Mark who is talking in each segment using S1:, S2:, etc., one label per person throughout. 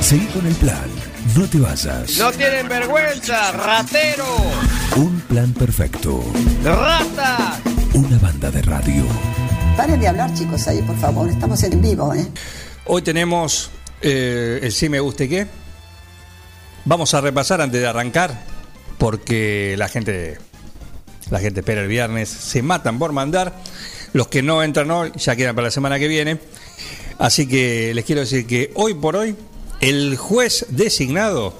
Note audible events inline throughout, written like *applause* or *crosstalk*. S1: Seguí con el plan. No te vayas.
S2: No tienen vergüenza, ratero,
S1: Un plan perfecto.
S2: rata.
S1: Una banda de radio.
S3: Paren de hablar, chicos, ahí, por favor. Estamos en vivo, ¿eh?
S4: Hoy tenemos eh, el sí me guste qué. Vamos a repasar antes de arrancar, porque la gente, la gente espera el viernes, se matan por mandar. Los que no entran hoy ya quedan para la semana que viene. Así que les quiero decir que hoy por hoy el juez designado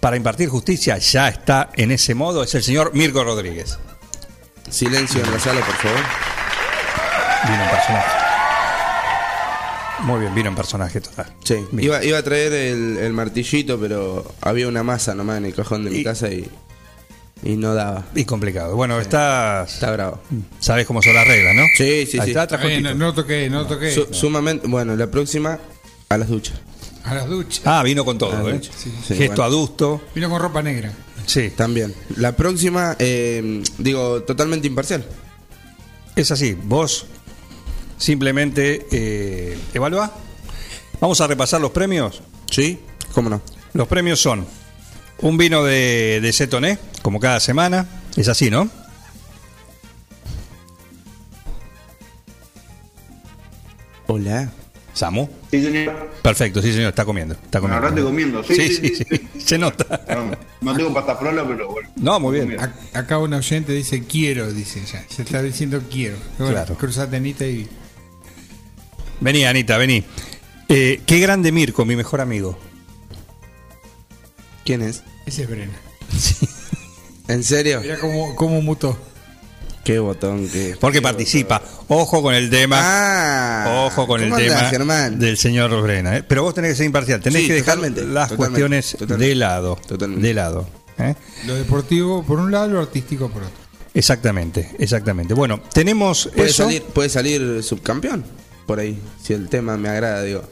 S4: para impartir justicia ya está en ese modo, es el señor Mirko Rodríguez.
S5: Silencio en la sala, por favor.
S4: Vino en personaje. Muy bien, vino en personaje total.
S5: Sí,
S4: Bien.
S5: iba, iba a traer el, el martillito, pero había una masa nomás en el cajón de mi
S4: Y-
S5: casa y, y no daba.
S4: Y complicado. Bueno, estás.
S5: Está bravo.
S4: Sabes cómo son las reglas, ¿no?
S5: Sí, sí,
S4: Ahí
S5: sí.
S4: está, trajo el
S6: Eh,
S4: título.
S6: no, no toqué, no toqué.
S5: Su- Sumamente. Bueno, la próxima a las duchas.
S6: A las duchas.
S4: Ah, vino con todo,
S5: Ah,
S4: ¿eh?
S5: sí, sí, sí,
S4: Gesto
S5: bueno.
S4: adusto.
S6: Vino con ropa negra.
S4: Sí.
S5: También. La próxima, eh, digo, totalmente imparcial.
S4: Es así. Vos simplemente eh, evalúa. Vamos a repasar los premios.
S5: ¿Sí? ¿Cómo no?
S4: Los premios son un vino de, de Cetoné, como cada semana. Es así, ¿no?
S5: Hola.
S4: Samu.
S7: Sí, señor.
S4: Perfecto, sí, señor. Está comiendo. Está comiendo.
S7: Ahora estoy comiendo. Sí,
S4: Sí, sí,
S7: sí,
S4: sí.
S7: sí,
S4: Se nota.
S7: No, no tengo patafrola, pero bueno.
S4: No, muy bien.
S6: Ac- acá un oyente dice quiero, dice ya. Se está diciendo quiero. Bueno,
S4: Claro.
S6: Cruzate Anita y.
S4: Vení, Anita, vení. Eh, qué grande Mirko, mi mejor amigo.
S5: ¿Quién es?
S6: Ese es Brena.
S5: ¿En serio?
S6: Mirá cómo, cómo mutó.
S5: Qué botón que.
S4: Porque participa. Ojo con el tema.
S5: Ah.
S4: Ojo con el
S5: ¿cómo andás,
S4: tema
S5: Germán?
S4: del señor Brena. ¿eh? Pero vos tenés que ser imparcial. Tenés
S5: Sí,
S4: que dejar
S5: totalmente,
S4: las
S5: totalmente,
S4: cuestiones
S5: totalmente.
S4: de lado.
S5: Totalmente.
S4: De lado. ¿eh?
S6: Lo deportivo por un lado, lo artístico por otro.
S4: Exactamente, exactamente. Bueno, tenemos
S5: Puede
S4: eso.
S5: salir, puede salir subcampeón por ahí, si el tema me agrada, digo.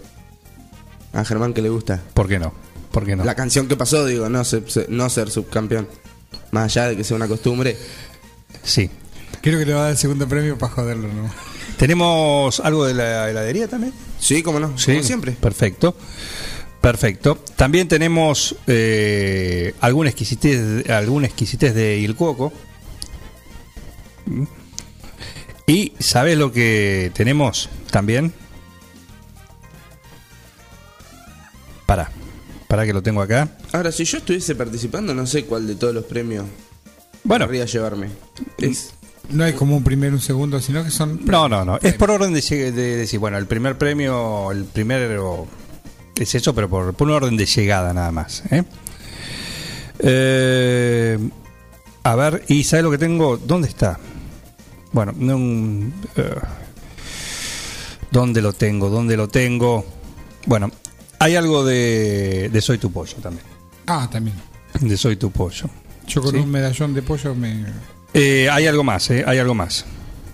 S5: A Germán que le gusta.
S4: ¿Por qué no? ¿Por qué no?
S5: La canción que pasó, digo, no, se- se- no ser subcampeón. Más allá de que sea una costumbre.
S4: Sí.
S6: Creo que le va a dar el segundo premio para joderlo, ¿no?
S4: ¿Tenemos algo de la heladería también?
S5: Sí, cómo no, como siempre.
S4: Perfecto. Perfecto. También tenemos eh, alguna, exquisitez, alguna exquisitez de Il Cuoco. Mm. Y ¿sabes lo que tenemos también? Para, para que lo tengo acá.
S5: Ahora, si yo estuviese participando, no sé cuál de todos los premios
S4: Bueno,
S5: podría llevarme.
S4: Mm.
S5: Es-
S6: No hay como un primero, un segundo, sino que son.
S4: no, no, no. Es por orden de, lleg- de decir, bueno, el primer premio, el primer o- es eso, pero por, por un orden de llegada nada más. ¿eh? Eh, a ver, ¿y sabes lo que tengo? ¿Dónde está? Bueno, no, mm, eh, ¿dónde lo tengo? ¿Dónde lo tengo? Bueno, hay algo de, de Soy tu pollo también.
S6: Ah, también.
S4: De Soy tu pollo.
S6: Yo con
S4: Sí.
S6: un medallón de pollo me.
S4: Eh, hay algo más, eh, hay algo más.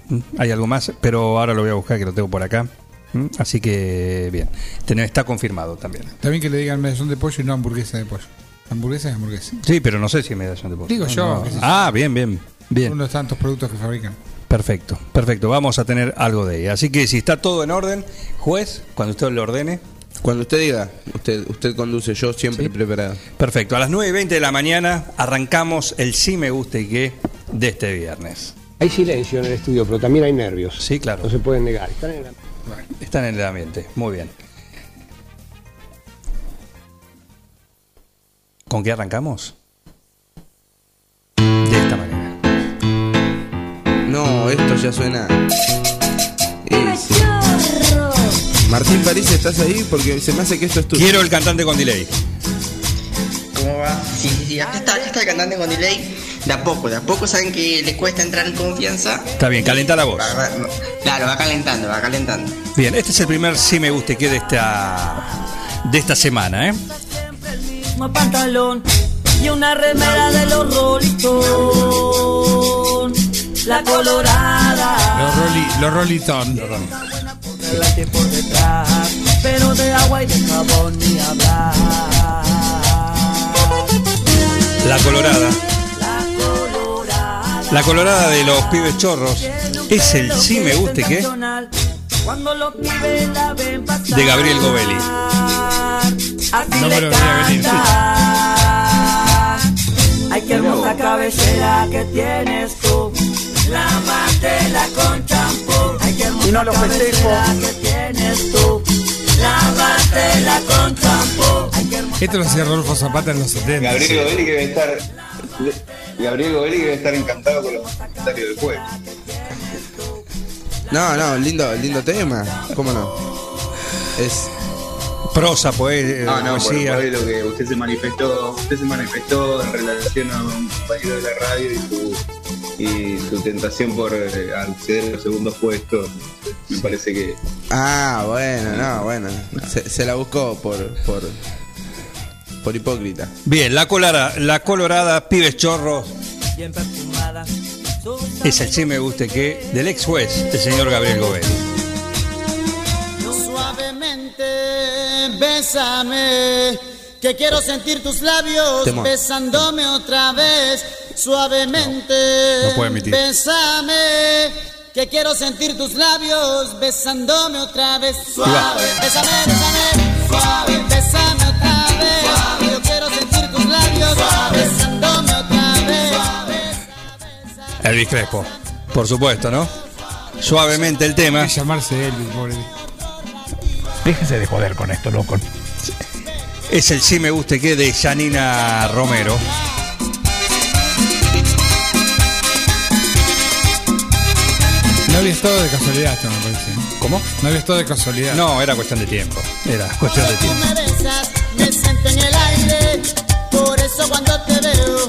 S4: Mm, Hay algo más, pero ahora lo voy a buscar que lo tengo por acá. Mm, Así que, bien. Tenés- está confirmado también.
S6: También que le digan medallón de pollo y no hamburguesa de pollo. Hamburguesa es hamburguesa.
S4: Sí, pero no sé si me medallón de pollo.
S6: Digo
S4: No,
S6: yo,
S4: no.
S6: qué sé yo.
S4: Ah, bien, bien. Bien.
S6: Uno de tantos productos que fabrican.
S4: Perfecto, perfecto. Vamos a tener algo de ella. Así que si está todo en orden, juez, cuando usted lo ordene.
S5: Cuando usted diga, usted, usted conduce, yo siempre preparado.
S4: Perfecto. A las 9 y 20 de la mañana arrancamos el sí me gusta y qué de este viernes.
S8: Hay silencio en el estudio, pero también hay nervios.
S4: Sí, claro.
S8: No se pueden negar. Están en la-
S4: Están en el ambiente. Muy bien. ¿Con qué arrancamos? De esta manera.
S5: No, esto ya suena. Y sí. Martín París, ¿estás ahí? Porque se me hace que esto es tuyo.
S4: Quiero el cantante con delay.
S9: ¿Cómo va? Sí, sí, sí. Acá está, acá está el cantante con delay. De a poco, de a poco saben que le cuesta entrar en confianza.
S4: Está bien, calenta la voz.
S9: Va- va- va- claro, va calentando, va calentando.
S4: Bien, este es el primer sí me guste que de esta de esta semana, ¿eh?
S10: mismo pantalón y una remera de los Rolling Stones. La colorada
S6: Los Rolly, los Rolitón.
S10: relate por detrás, pero de agua y de jabón ni hablar.
S4: La colorada,
S10: La colorada
S4: la colorada de los pibes chorros es el sí me guste que
S10: Sensacional, Cuando los pibes la ven pasar.
S4: De Gabriel Govelli.
S10: Así
S11: No me
S10: le
S11: lo veía venir.
S10: cantan. Ay, qué hermosa cabecera que tienes tú. La mantela con champú. Ay, qué hermosa
S12: Y no lo festejo.
S10: cabecera que tienes tú. La mantela con champú. Ay, qué hermosa
S6: Esto lo hacía Rolfo Zapata en los 70.
S7: Gabriel
S6: sí.
S7: Govelli que debe estar. Gabriel Govelli que debe estar encantado con los comentarios del juego.
S9: Eh,
S5: No, no, lindo, lindo tema. ¿Cómo no? Es.
S4: Prosa, pues.
S7: Ah, No, no, por, por ahí lo que usted se manifestó, usted se manifestó en relación a un compañero de la radio y su, y su tentación por eh, acceder a los segundos puestos. Me parece que
S5: Ah, bueno, no, bueno. Se, se la buscó por, por. por hipócrita.
S4: Bien, la colorada, la colorada Pibes Chorros
S10: bien perfumada.
S4: es el sí me guste que del ex juez, el señor Gabriel Govelli.
S13: Suavemente, bésame. Que quiero sentir tus labios
S4: Temón.
S13: besándome otra vez. Suavemente,
S4: No, no puede emitir.
S13: bésame. Que quiero sentir tus labios besándome otra vez.
S4: va.
S13: Suave, bésame, bésame. Suave, bésame otra vez. Yo quiero sentir tus labios besándome otra vez.
S4: Elvis Crespo, por supuesto, ¿no? Suavemente el tema. llamarse Elvis,
S11: Déjese de joder con esto, loco.
S4: Es el sí me guste que de Janina Romero.
S6: No había estado de casualidad esto, me parece.
S4: ¿Cómo?
S6: No había estado de casualidad.
S4: No, era cuestión de tiempo. Era cuestión de tiempo.
S13: me besas, me siento en el aire. Por eso cuando te veo,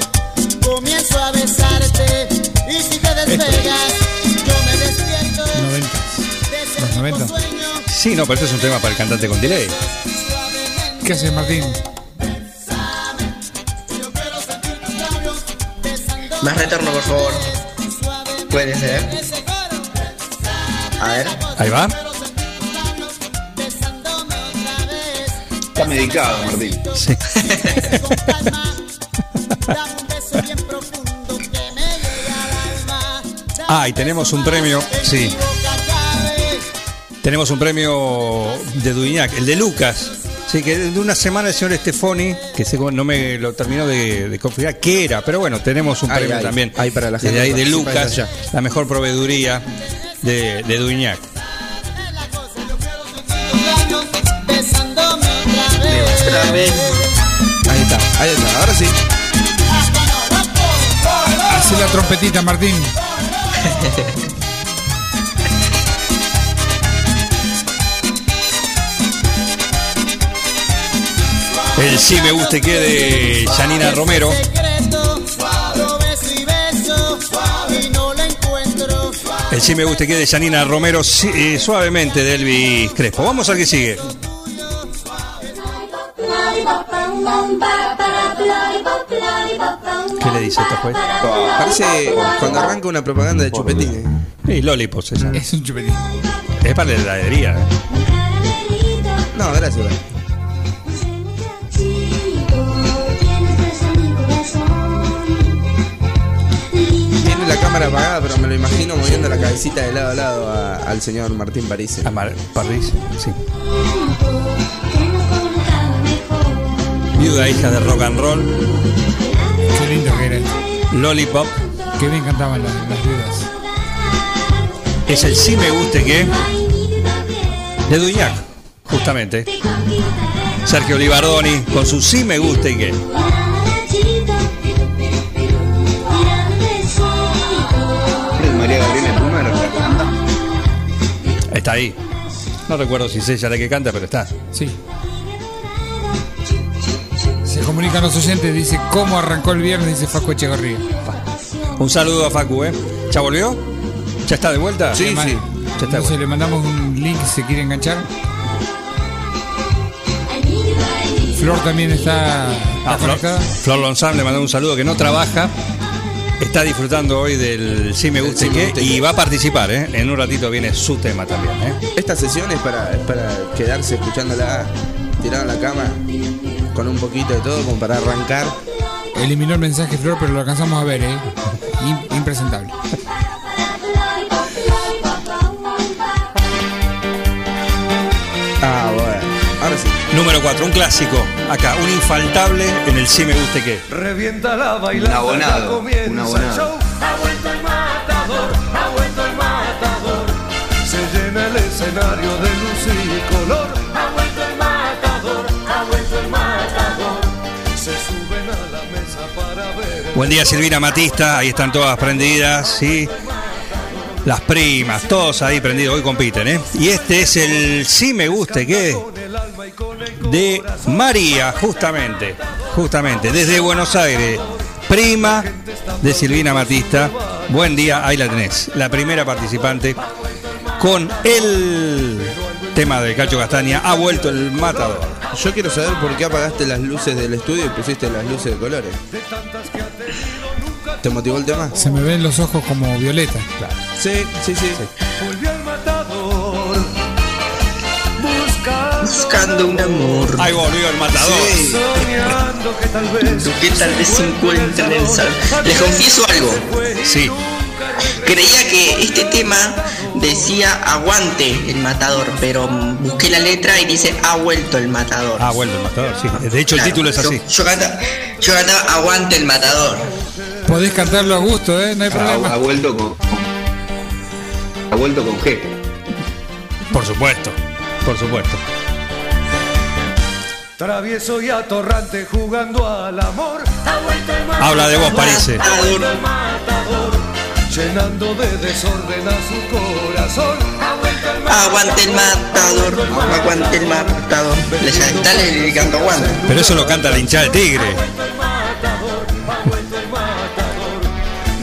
S13: comienzo a besarte. Y si te despegas, yo me despierto.
S4: 90.
S13: Los
S4: 90. Sí, no, pero este es un tema para el cantante con delay.
S6: ¿Qué haces, Martín?
S9: Más retorno, por favor. Puede ser. A ver.
S4: Ahí va.
S7: está medicado, Martín.
S4: Sí. Ah, y tenemos un premio. Sí. Tenemos un premio de Duñac, el de Lucas. Sí, que de una semana el señor Estefoni, que se- no me lo terminó de, de confirmar qué era, pero bueno, tenemos un
S5: Ahí,
S4: premio
S5: ahí,
S4: también.
S5: ahí para la gente
S4: De ahí
S5: que
S4: de
S5: participa
S4: Lucas,
S5: desde allá.
S4: la mejor proveeduría de, de Duñac.
S13: Besándome otra vez.
S5: Ahí está, ahí está, ahora sí.
S6: Hace la trompetita, Martín.
S4: El sí me guste que de Janina Romero.
S13: secreto, lo beso y beso, y no lo encuentro.
S4: El sí me guste que de Janina Romero, sí, eh, suavemente de Elvis Crespo. Vamos al que sigue. ¿Qué le dice este juez?
S5: Parece cuando arranca una propaganda de chupetines.
S4: Y Lollipops esa.
S6: Es un chupetín.
S4: Es para la heladería. ¿eh?
S5: No, gracias. Tiene la cámara apagada, pero me lo imagino moviendo la cabecita de lado a lado a- al señor Martín París.
S4: Ah.
S5: A
S4: París, sí. Viuda hija de rock and roll,
S6: Qué lindo que era esto.
S4: Lollipop.
S6: Qué bien cantaban las, las viudas.
S4: Es el sí me guste
S14: ¿eh?
S4: que de Duñac, justamente. Sergio Olivardoni con su sí me guste que.
S7: María Gabriela Pumar.
S4: Está ahí. No recuerdo si es ella la que canta, pero está.
S6: Sí. Se comunican los oyentes, dice cómo arrancó el viernes, dice Facu Echegorría.
S4: Un saludo a Facu, ¿eh? ¿Ya volvió? ¿Ya está de vuelta?
S6: Le man-
S4: Ya está de
S6: Entonces
S4: vuelta.
S6: le mandamos un link si se quiere enganchar. Flor también está, está
S4: Ah, Flor,
S6: conectada.
S4: Flor Lonsam le mandó un saludo que no trabaja. Está disfrutando hoy del sí me guste que y va a participar, ¿eh? En un ratito viene su tema también, ¿eh?
S5: Esta sesión es para, es para quedarse escuchándola tirado en la cama con un poquito de todo como para arrancar.
S6: Eliminó el mensaje Flor, pero lo alcanzamos a ver, ¿eh? Im- impresentable.
S4: Ah, Número 4, un clásico. Acá, un infaltable en el Sí Me Guste Qué.
S2: Revienta la bailada.
S4: Un abonado,
S2: ya comienza
S4: un abonado.
S2: el show. Ha vuelto el matador, ha vuelto el matador. Se llena el escenario de luz y color. Ha vuelto el matador, ha vuelto el matador. Se suben a la mesa para ver.
S4: Buen día Silvina Matista, ahí están todas prendidas, sí. Las primas, todos ahí prendidos, hoy compiten, ¿eh? Y este es el sí me guste que de María, justamente, justamente, desde Buenos Aires, prima de Silvina Matista. Buen día, ahí la tenés, la primera participante con el tema de Cacho Castaña, ha vuelto el matador.
S5: Yo quiero saber por qué apagaste las luces del estudio y pusiste las luces de colores. ¿Te motivó el tema?
S6: Se me ven los ojos como violeta.
S5: Sí, sí, sí.
S2: Volvió el matador. Buscando,
S9: Buscando un amor.
S4: Ahí volvió el matador.
S9: Sí.
S2: Soñando que tal vez.
S9: Que tal vez se encuentran en el salón. Les confieso algo.
S4: Sí.
S9: Creía que este tema decía aguante el matador, pero mm, busqué la letra y dice ha vuelto el matador.
S4: Ha vuelto el matador, sí. De hecho,
S9: Claro,
S4: Ah, el título es
S9: yo-
S4: así.
S9: Yo, canta- yo cantaba aguante el matador.
S6: Podés cantarlo a gusto, ¿eh?
S4: Ah,
S6: No hay
S7: Ha, ha
S6: problema.
S7: vuelto con. Ha vuelto con G.
S4: Por supuesto, por supuesto.
S2: Travieso y atorrante jugando al amor. Ha vuelto el matador.
S4: Habla de vos, parece.
S2: Ha vuelto el matador. Llenando de desorden a su corazón. Ha vuelto el matador.
S9: Aguante el matador. Aguante el matador. Le dale el canto aguante.
S4: Pero eso lo canta la hinchada del Tigre.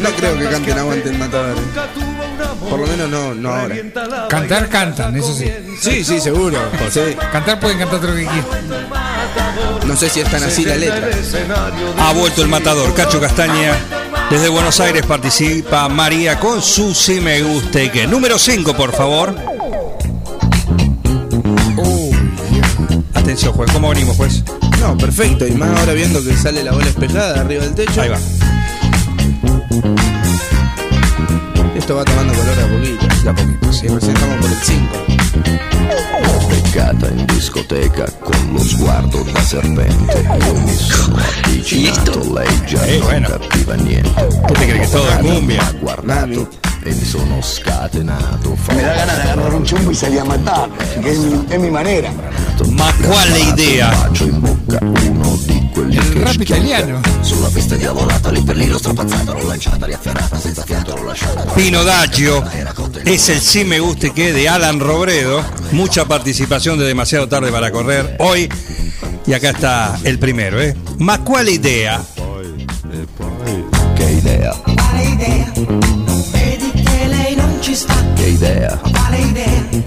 S5: No creo que canten Aguante el Matador. eh. Por lo menos no, no ahora.
S6: Cantar cantan, eso sí.
S5: Sí, sí, seguro. Sí.
S6: Cantar pueden cantar todo lo que quieran.
S5: No sé si es tan así la letra.
S4: Ha vuelto el matador, Cacho Castaña. Desde Buenos Aires participa María con su Si Me Guste Que. Número 5, por favor. Atención, juez. ¿Cómo venimos, juez?
S5: No, perfecto. Y más ahora viendo que sale la bola espejada de arriba del techo.
S4: Ahí va.
S5: Esto va tomando color de a poquito.
S4: De a poquito, sí.
S5: Y recién estamos por el 5.
S11: Pecata en discoteca con los guardos da serpente. Io mi sono avvicinato, lei già
S4: Eh,
S11: non
S4: bueno.
S11: capiva niente.
S4: ¿Qué te crees que todo es
S11: Ha
S4: cumbia?
S11: guardato e mi sono scatenato.
S12: Me da ganas de agarrar un chumbo y salir a matar, que es mi, es mi manera.
S4: Ma quale idea?
S11: Faccio in bocca uno di quelli che
S6: Rap
S11: schiocca.
S6: italiano.
S11: Sulla pista diavolata, lì per lì l'ho strapazzata, l'ho lanciata, riafferrata, senza fiato, l'ho lasciata.
S4: Pino Daggio es el Sí Me Guste Que de Alan Robredo. Mucha participación de Demasiado Tarde para Correr hoy. Y acá está el primero, ¿eh? Ma cuál idea?
S11: Che idea,
S10: Quale idea? Vedi che lei non ci sta.
S11: che idea,
S10: Quale idea? È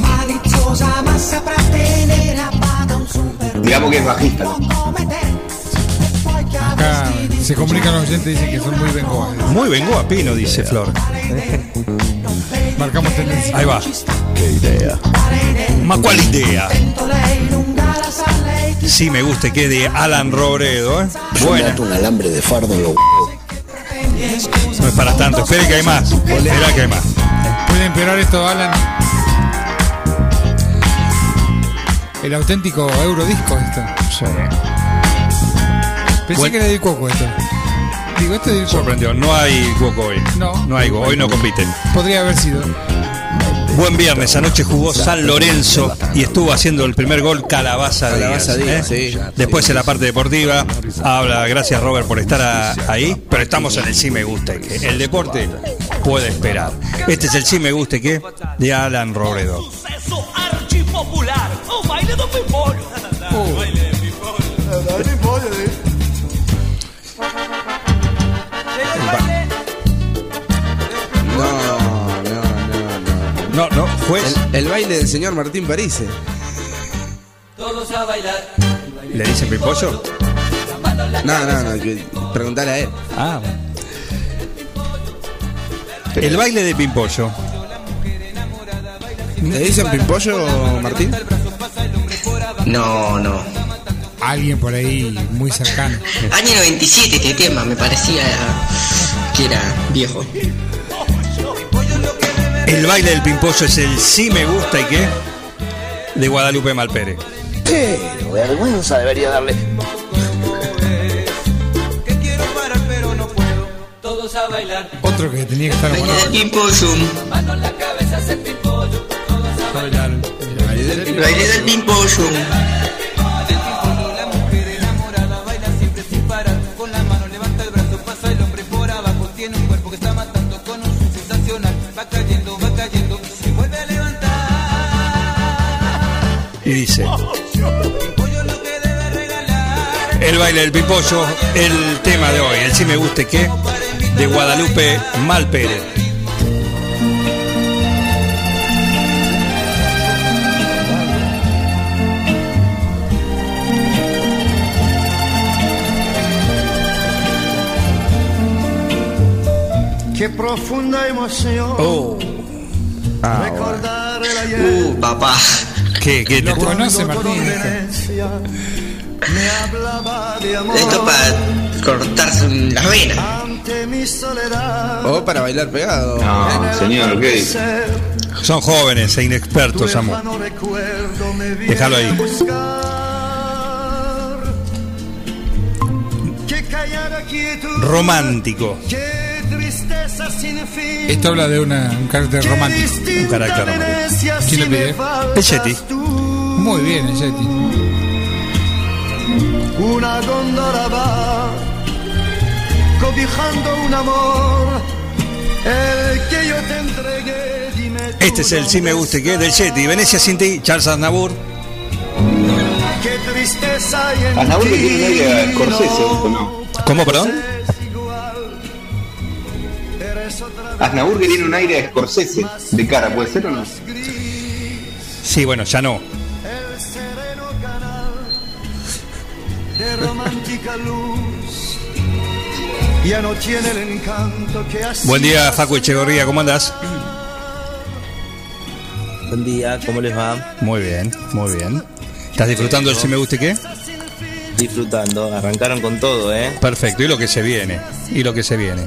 S10: maliziosa ma saprà tenere a bada un super
S7: Digamos que es bajista. ¿no?
S10: come te. E poi che
S6: Acá se comunican los oyentes y dicen que son muy ¿eh? bengoas.
S4: Muy bengoa Pino, dice Flor.
S6: Marcamos tendencia.
S4: Ahí va.
S11: che idea,
S4: Ma cuál idea?
S10: avvento lei lunga la sa lei chi
S4: Sí, me gusta que de Alan Robredo, ¿eh? Buena,
S11: un alambre de fardo en los
S10: prendi e scusa.
S4: no es para tanto. Espera que hay más. Espera que hay más.
S6: Puede empeorar esto, Alan. El auténtico Eurodisco esto. Pensé
S4: Buen-
S6: que era del Cuoco esto. Digo, esto es del Cuoco.
S4: Sorprendió. No hay cuoco hoy.
S6: No.
S4: No hay cuoco. Hoy no compiten.
S6: Podría haber sido.
S4: Buen viernes. Anoche jugó San Lorenzo y estuvo haciendo el primer gol Calabaza Díaz.
S5: Calabaza Díaz,
S4: ¿eh?
S5: sí.
S4: Después en la parte deportiva. Habla, gracias Robert por estar a- ahí. Pero estamos en el Sí Me Guste. Que el deporte puede esperar. Este es el Sí Me Guste que de Alan Robredo.
S10: Sucesso artipopular, o baile do pimpolho. O baile do pimpolho.
S5: No, no, no,
S4: No,
S5: no.
S4: no, juez.
S5: El, el baile del señor Martín Parise.
S10: Todos a bailar.
S4: ¿Le dicen pimpollo?
S5: No, no, no. que- Preguntale a él.
S4: Ah. El baile de Pimpollo.
S5: ¿Le dicen pimpollo, Martín?
S9: No, no.
S6: Alguien por ahí muy cercano.
S9: Año 97 este tema, me parecía que era viejo.
S4: El baile del Pimpollo es el Sí Me Gusta y qué de Guadalupe Malpere.
S12: Pero vergüenza debería darle.
S10: Todos a bailar.
S6: Otro que tenía que estar bueno.
S10: Mano en la cabeza se pimpollo.
S9: El baile del pimpollum.
S4: Y dice. El baile del pipollo, el tema de hoy, el si me guste qué, de Guadalupe Malpérez.
S2: Qué profunda emoción.
S4: Oh. Ah,
S2: Recordar el ayer.
S9: Uh, papá.
S4: ¿Qué, qué te-
S6: este.
S2: Florencia, Me hablaba de amor.
S9: Esto para cortarse las venas.
S2: Ante mi soledad.
S5: O para bailar pegado.
S9: No,
S7: Ah, señor, ¿qué?
S4: Son jóvenes e inexpertos, Samu. Déjalo ahí. Romántico.
S6: Esto habla de una, un carácter romántico.
S4: Un carácter
S6: romántico. ¿Quién lo pide?
S4: El Yeti.
S6: Muy bien, el Yeti.
S2: Una góndola va cobijando un amor. El que yo te entregué, dime
S4: Este es el si me guste qué, del Yeti. Venecia sin ti, Charles Aznavour.
S2: qué tristeza hay en
S7: Hasta uno que tiene
S2: ti.
S7: aire a Scorsese, esto no.
S4: ¿Cómo, perdón?
S7: Aznavour que tiene un aire a Scorsese de cara, ¿puede ser o no?
S4: Sí, bueno, ya no.
S2: El sereno canal de romántica luz ya no tiene el encanto que hace.
S4: Buen día, Facu Echegorría, ¿cómo andás?
S15: Buen día, ¿cómo les va?
S4: Muy bien, muy bien. ¿Estás disfrutando el si me guste qué?
S15: Disfrutando, arrancaron con todo, ¿eh?
S4: Perfecto, y lo que se viene. Y lo que se viene.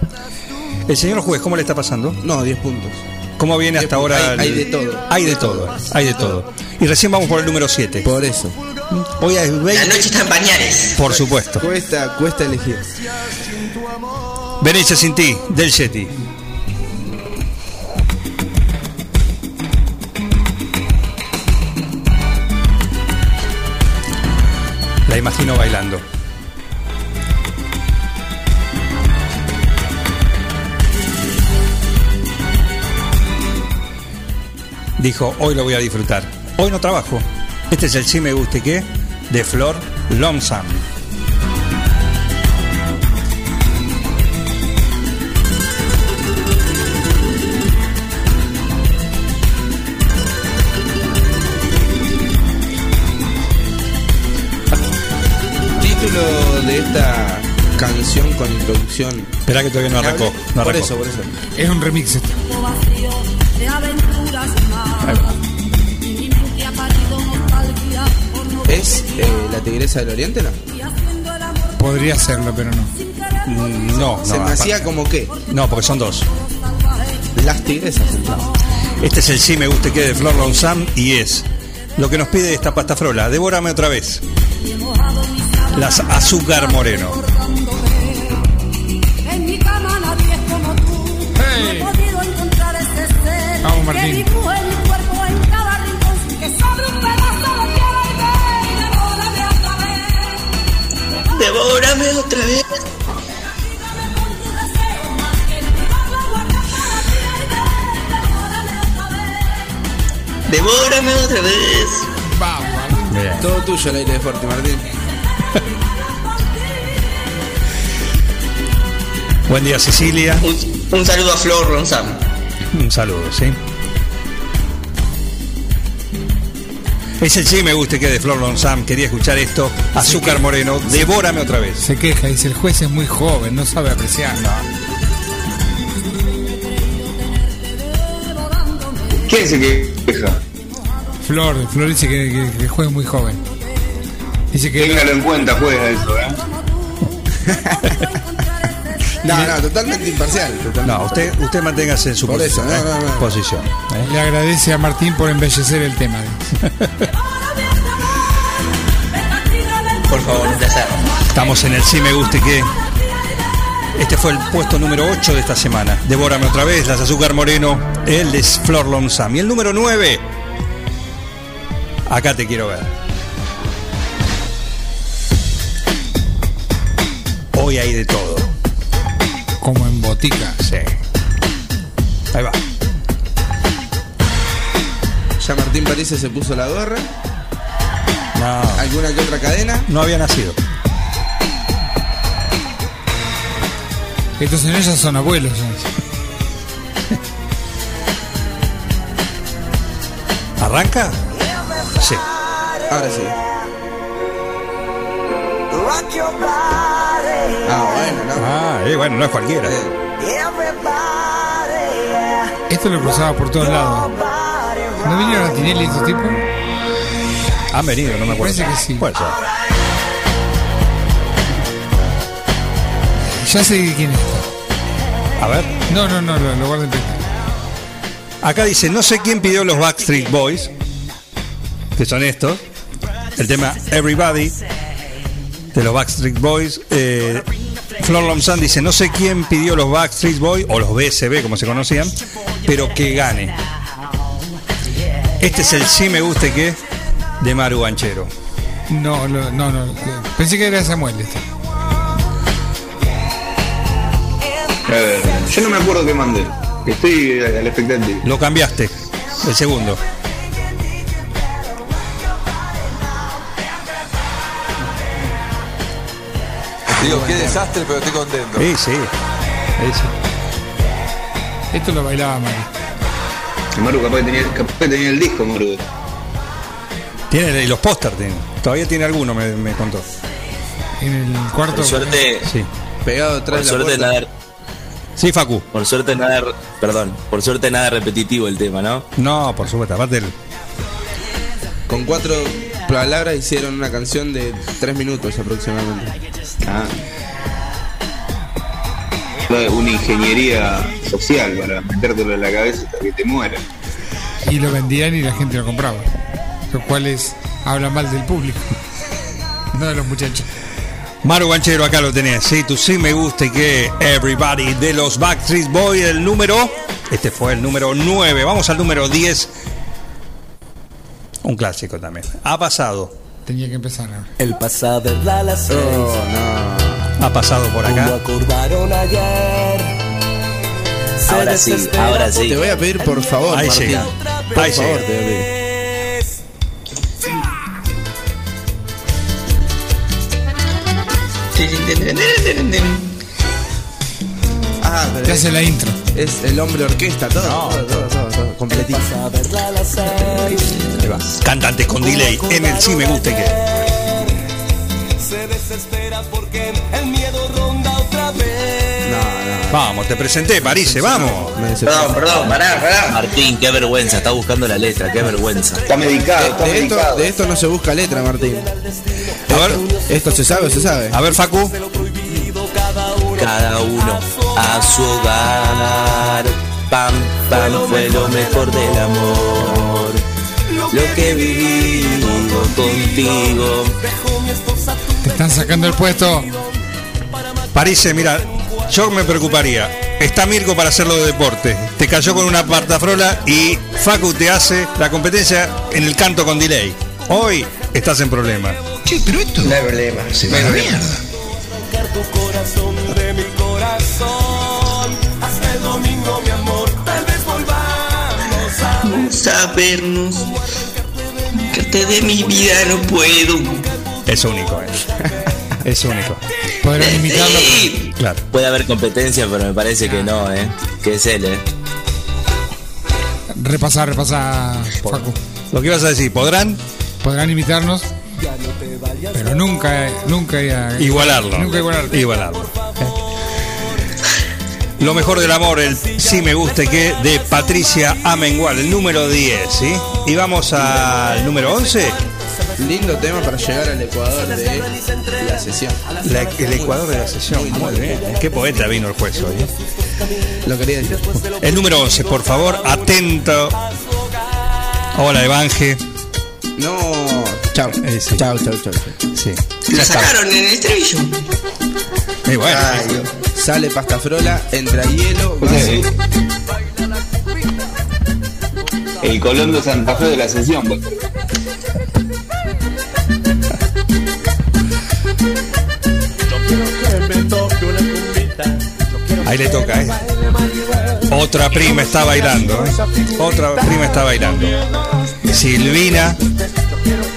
S4: El señor juez, ¿cómo le está pasando?
S5: No, 10 puntos.
S4: ¿Cómo viene hasta ahora?
S5: Hay-
S4: el-
S5: hay de todo.
S4: Hay de todo, hay de todo. Y recién vamos por el número 7.
S5: Por eso.
S4: Hoy es
S9: La noche está en pañales.
S4: Por supuesto.
S5: Cuesta, cuesta elegir.
S4: Venecia sin ti, del Yeti. La imagino bailando. Dijo, hoy lo voy a disfrutar. Hoy no trabajo. Este es el Si me guste qué de Flor Lomsam.
S5: Título de esta canción con introducción.
S4: Espera que todavía no arrancó. No
S5: Por
S4: arrancó.
S5: eso, por eso.
S6: Es un remix este.
S14: vacío de aventuras
S4: Ahí va.
S14: más. Y mi mente ha parido nostalgia por no
S5: ¿Es eh, la Tigresa del Oriente, no?
S6: Podría serlo, pero no.
S4: Mm, No, no.
S5: Se me
S4: aparte-
S5: hacía como que
S4: No, porque son dos.
S5: las tigresas.
S4: Este es el sí me guste que de Flor Lonsam y es lo que nos pide esta pastafrola. Devórame otra vez. Las azúcar moreno.
S14: En mi cama nadie es como tú. No he podido encontrar ese ser
S6: Vamos,
S14: que
S6: Martín.
S14: dibuja en mi cuerpo en cada rincón. Que sobre un pedazo de tierra y ve y devórame otra vez.
S9: Devórame otra vez.
S14: *laughs*
S9: Devórame otra vez.
S4: Bien.
S5: Todo tuyo el aire de Forti, Martín.
S4: Buen día Cecilia.
S9: Un, un saludo a Flor Ronsam.
S4: Un saludo, ¿sí? Es el sí me guste que de Flor Lonsam. Quería escuchar esto. Azúcar moreno. Devórame otra vez.
S6: Se queja, dice, el juez es muy joven, no sabe apreciar.
S7: ¿Quién se queja?
S6: Flor, Flor dice que, que- que el juez es muy joven. Dice que...
S7: Téngalo en cuenta, juega eso, ¿eh?
S5: No, no, totalmente imparcial. totalmente
S4: No, usted, usted manténgase en su
S5: Por eso,
S4: posición.
S5: no,
S4: ¿eh?
S5: no, no.
S4: Posición. ¿eh?
S6: Le agradece a Martín por embellecer el tema. dice.
S4: Estamos en el Sí Me Guste Que. Este fue el puesto número 8 de esta semana. Devórame otra vez, Las Azúcar Moreno. Él es Flor Lonzam. Y el número 9. Acá te quiero ver. Hoy hay de todo.
S6: Como en botica.
S4: Sí. Ahí va.
S5: Ya Martín Parice se puso la gorra.
S4: No,
S5: ¿Alguna que otra cadena?
S4: no había nacido.
S6: Estos en ellas son abuelos.
S4: ¿Arranca? Sí.
S5: Ahora sí.
S10: Rock your body.
S5: Ah, bueno, no.
S4: Ah, eh, bueno, no es cualquiera.
S10: Everybody, yeah.
S6: Esto lo cruzaba por todos lados. ¿No este vinieron a Tinelli estos tipos?
S4: Han venido, no me acuerdo.
S6: Parece que sí.
S4: Puede ser.
S6: Ya sé quién es.
S4: A ver.
S6: No, no, no, lo, lo guardo en mente.
S4: Acá dice, no sé quién pidió los Backstreet Boys, que son estos. El tema Everybody de los Backstreet Boys. Eh, Flor Lomzán dice, no sé quién pidió los Backstreet Boys, o los BSB como se conocían, pero que gane. Este es el sí me guste que de Maru Banchero.
S6: No, lo- no, no. lo- Pensé que era Samuel este.
S7: A ver, Eh, yo no me acuerdo qué mandé. Estoy eh, a la expectativa.
S4: Lo cambiaste, el segundo. Ah,
S16: Digo, qué desastre, pero estoy contento.
S4: Sí, sí. Sí, sí.
S6: Esto lo bailaba mal.
S7: Maru capaz que tenía, capaz que tenía el disco, Maru.
S4: Tiene y los pósters, tiene. todavía tiene alguno, me, me contó.
S6: En el cuarto.
S15: Por suerte,
S4: Sí.
S5: Pegado
S15: por
S5: atrás de la
S15: suerte
S5: puerta.
S15: nada.
S4: Sí, Facu.
S15: Por suerte nada. re- Perdón. Por suerte nada repetitivo el tema, ¿no?
S4: No, por supuesto, aparte el-
S5: Con cuatro palabras hicieron una canción de tres minutos aproximadamente.
S7: Ah. Fue Una ingeniería social para metértelo en la cabeza hasta que te mueras.
S6: Y lo vendían y la gente lo compraba. Lo cual es, habla mal del público. *laughs* No de los muchachos.
S4: Maru Banchero, acá lo tenés. Sí, tú sí me gusta y que Everybody de los Backstreet Boys, el número. Este fue el número 9. Vamos al número 10. Un clásico también. Ha pasado.
S6: Tenía que empezar ahora.
S10: El pasado de las seis.
S4: Ha pasado por
S10: Lo
S4: acá.
S10: acordaron ayer. Se
S15: Ahora sí,
S10: desespera
S15: ahora sí.
S5: Te voy a pedir por favor,
S4: Ahí
S5: Martín.
S4: llega.
S5: Por
S4: Ahí
S5: favor,
S4: llega.
S5: te voy a pedir. Ah, pero
S6: Te
S5: es,
S6: hace la intro.
S5: es el hombre orquesta, todo, todo, todo, todo, todo, completito.
S10: por las seis.
S4: Ahí va. Cantante con delay en el sí me gusta y que.
S10: Se desespera porque el miedo ronda otra vez.
S4: Vamos, te presenté, Parise, vamos.
S5: Me decepciona.
S9: Perdón, perdón, pará, pará.
S15: Martín, qué vergüenza. Está buscando la letra, qué vergüenza.
S7: Está medicado, está
S5: De esto,
S7: medicado.
S5: de esto no se busca letra, Martín.
S4: A ver,
S5: Esto se sabe o se sabe.
S4: a ver, Facu.
S15: Cada uno a su hogar. Pam, pam, fue lo mejor del amor. Lo que viví contigo.
S6: Te están sacando el puesto.
S4: Parise, eh, mira, yo me preocuparía. Está Mirko para hacerlo de deporte. Te cayó con una partafrola y Facu te hace la competencia en el canto con delay. Hoy estás en problema.
S17: Che, pero esto
S9: No hay problema.
S17: se va a la mierda.
S10: Sacar tu corazón de mi corazón. Hasta el domingo, mi amor. Tal vez volvamos a.
S9: Vamos a vernos. Que te de mi vida no puedo.
S4: Es único,
S6: *laughs*
S4: eh. Es único.
S6: Podrán imitarlo.
S9: Sí.
S4: Claro.
S15: Puede haber competencia, pero me parece que no, ¿eh? Que es él, ¿eh?
S6: Repasar, repasar, Facu.
S4: Lo que ibas a decir, podrán
S6: Podrán imitarnos, pero nunca, nunca.
S4: igualarlo.
S6: Nunca igualarlo.
S4: Igualarlo. Lo mejor del amor, el sí me guste que de Patricia Amengual, el número 10, ¿sí? Y vamos al número 11,
S5: Lindo tema para llegar al Ecuador de la sesión.
S4: la- el Ecuador de la sesión. Muy bien. Qué poeta vino el juez hoy. ¿eh?
S5: Lo quería decir.
S4: El número 11, por favor, atento. Hola, Evanje.
S5: No, Chao. Chao, chao, chao.
S4: Sí.
S9: La sacaron en el estribillo.
S4: Y bueno.
S5: Sale pastafrola, entra hielo,
S7: Sí. El Colón de Santa Fe de la sesión. pues.
S4: Ahí le toca, ¿eh? Otra prima está bailando, ¿eh? Otra prima está bailando. Silvina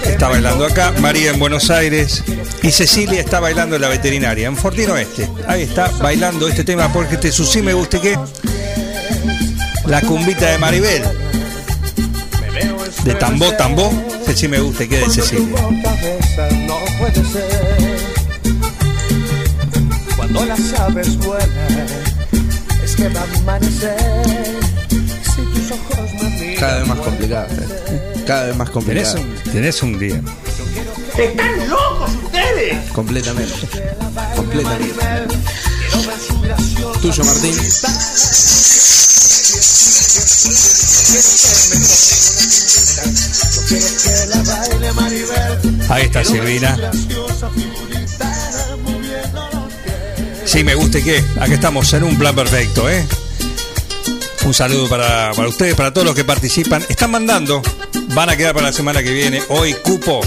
S4: está bailando acá, María en Buenos Aires y Cecilia está bailando en la veterinaria, en Fortín Oeste. Ahí está bailando este tema porque este su sí me guste que la cumbita de Maribel. De tambó, tambó, ese sí me guste que de Cecilia.
S10: cabeza no puede ser. Cuando las aves vuelan, es que va a amanecer. Si tus ojos me miran,
S5: Cada vez más complicado. ¿eh? Cada vez más
S4: Tenés
S5: complicado.
S4: un, tenés un día.
S10: ¡Están locos ustedes!
S5: Completamente. Completamente.
S10: Tuyo, Martín.
S4: Ahí está Silvina. Sí, me guste que aquí estamos en un plan perfecto, ¿eh? Un saludo para, para ustedes, para todos los que participan. Están mandando, van a quedar para la semana que viene. Hoy cupo,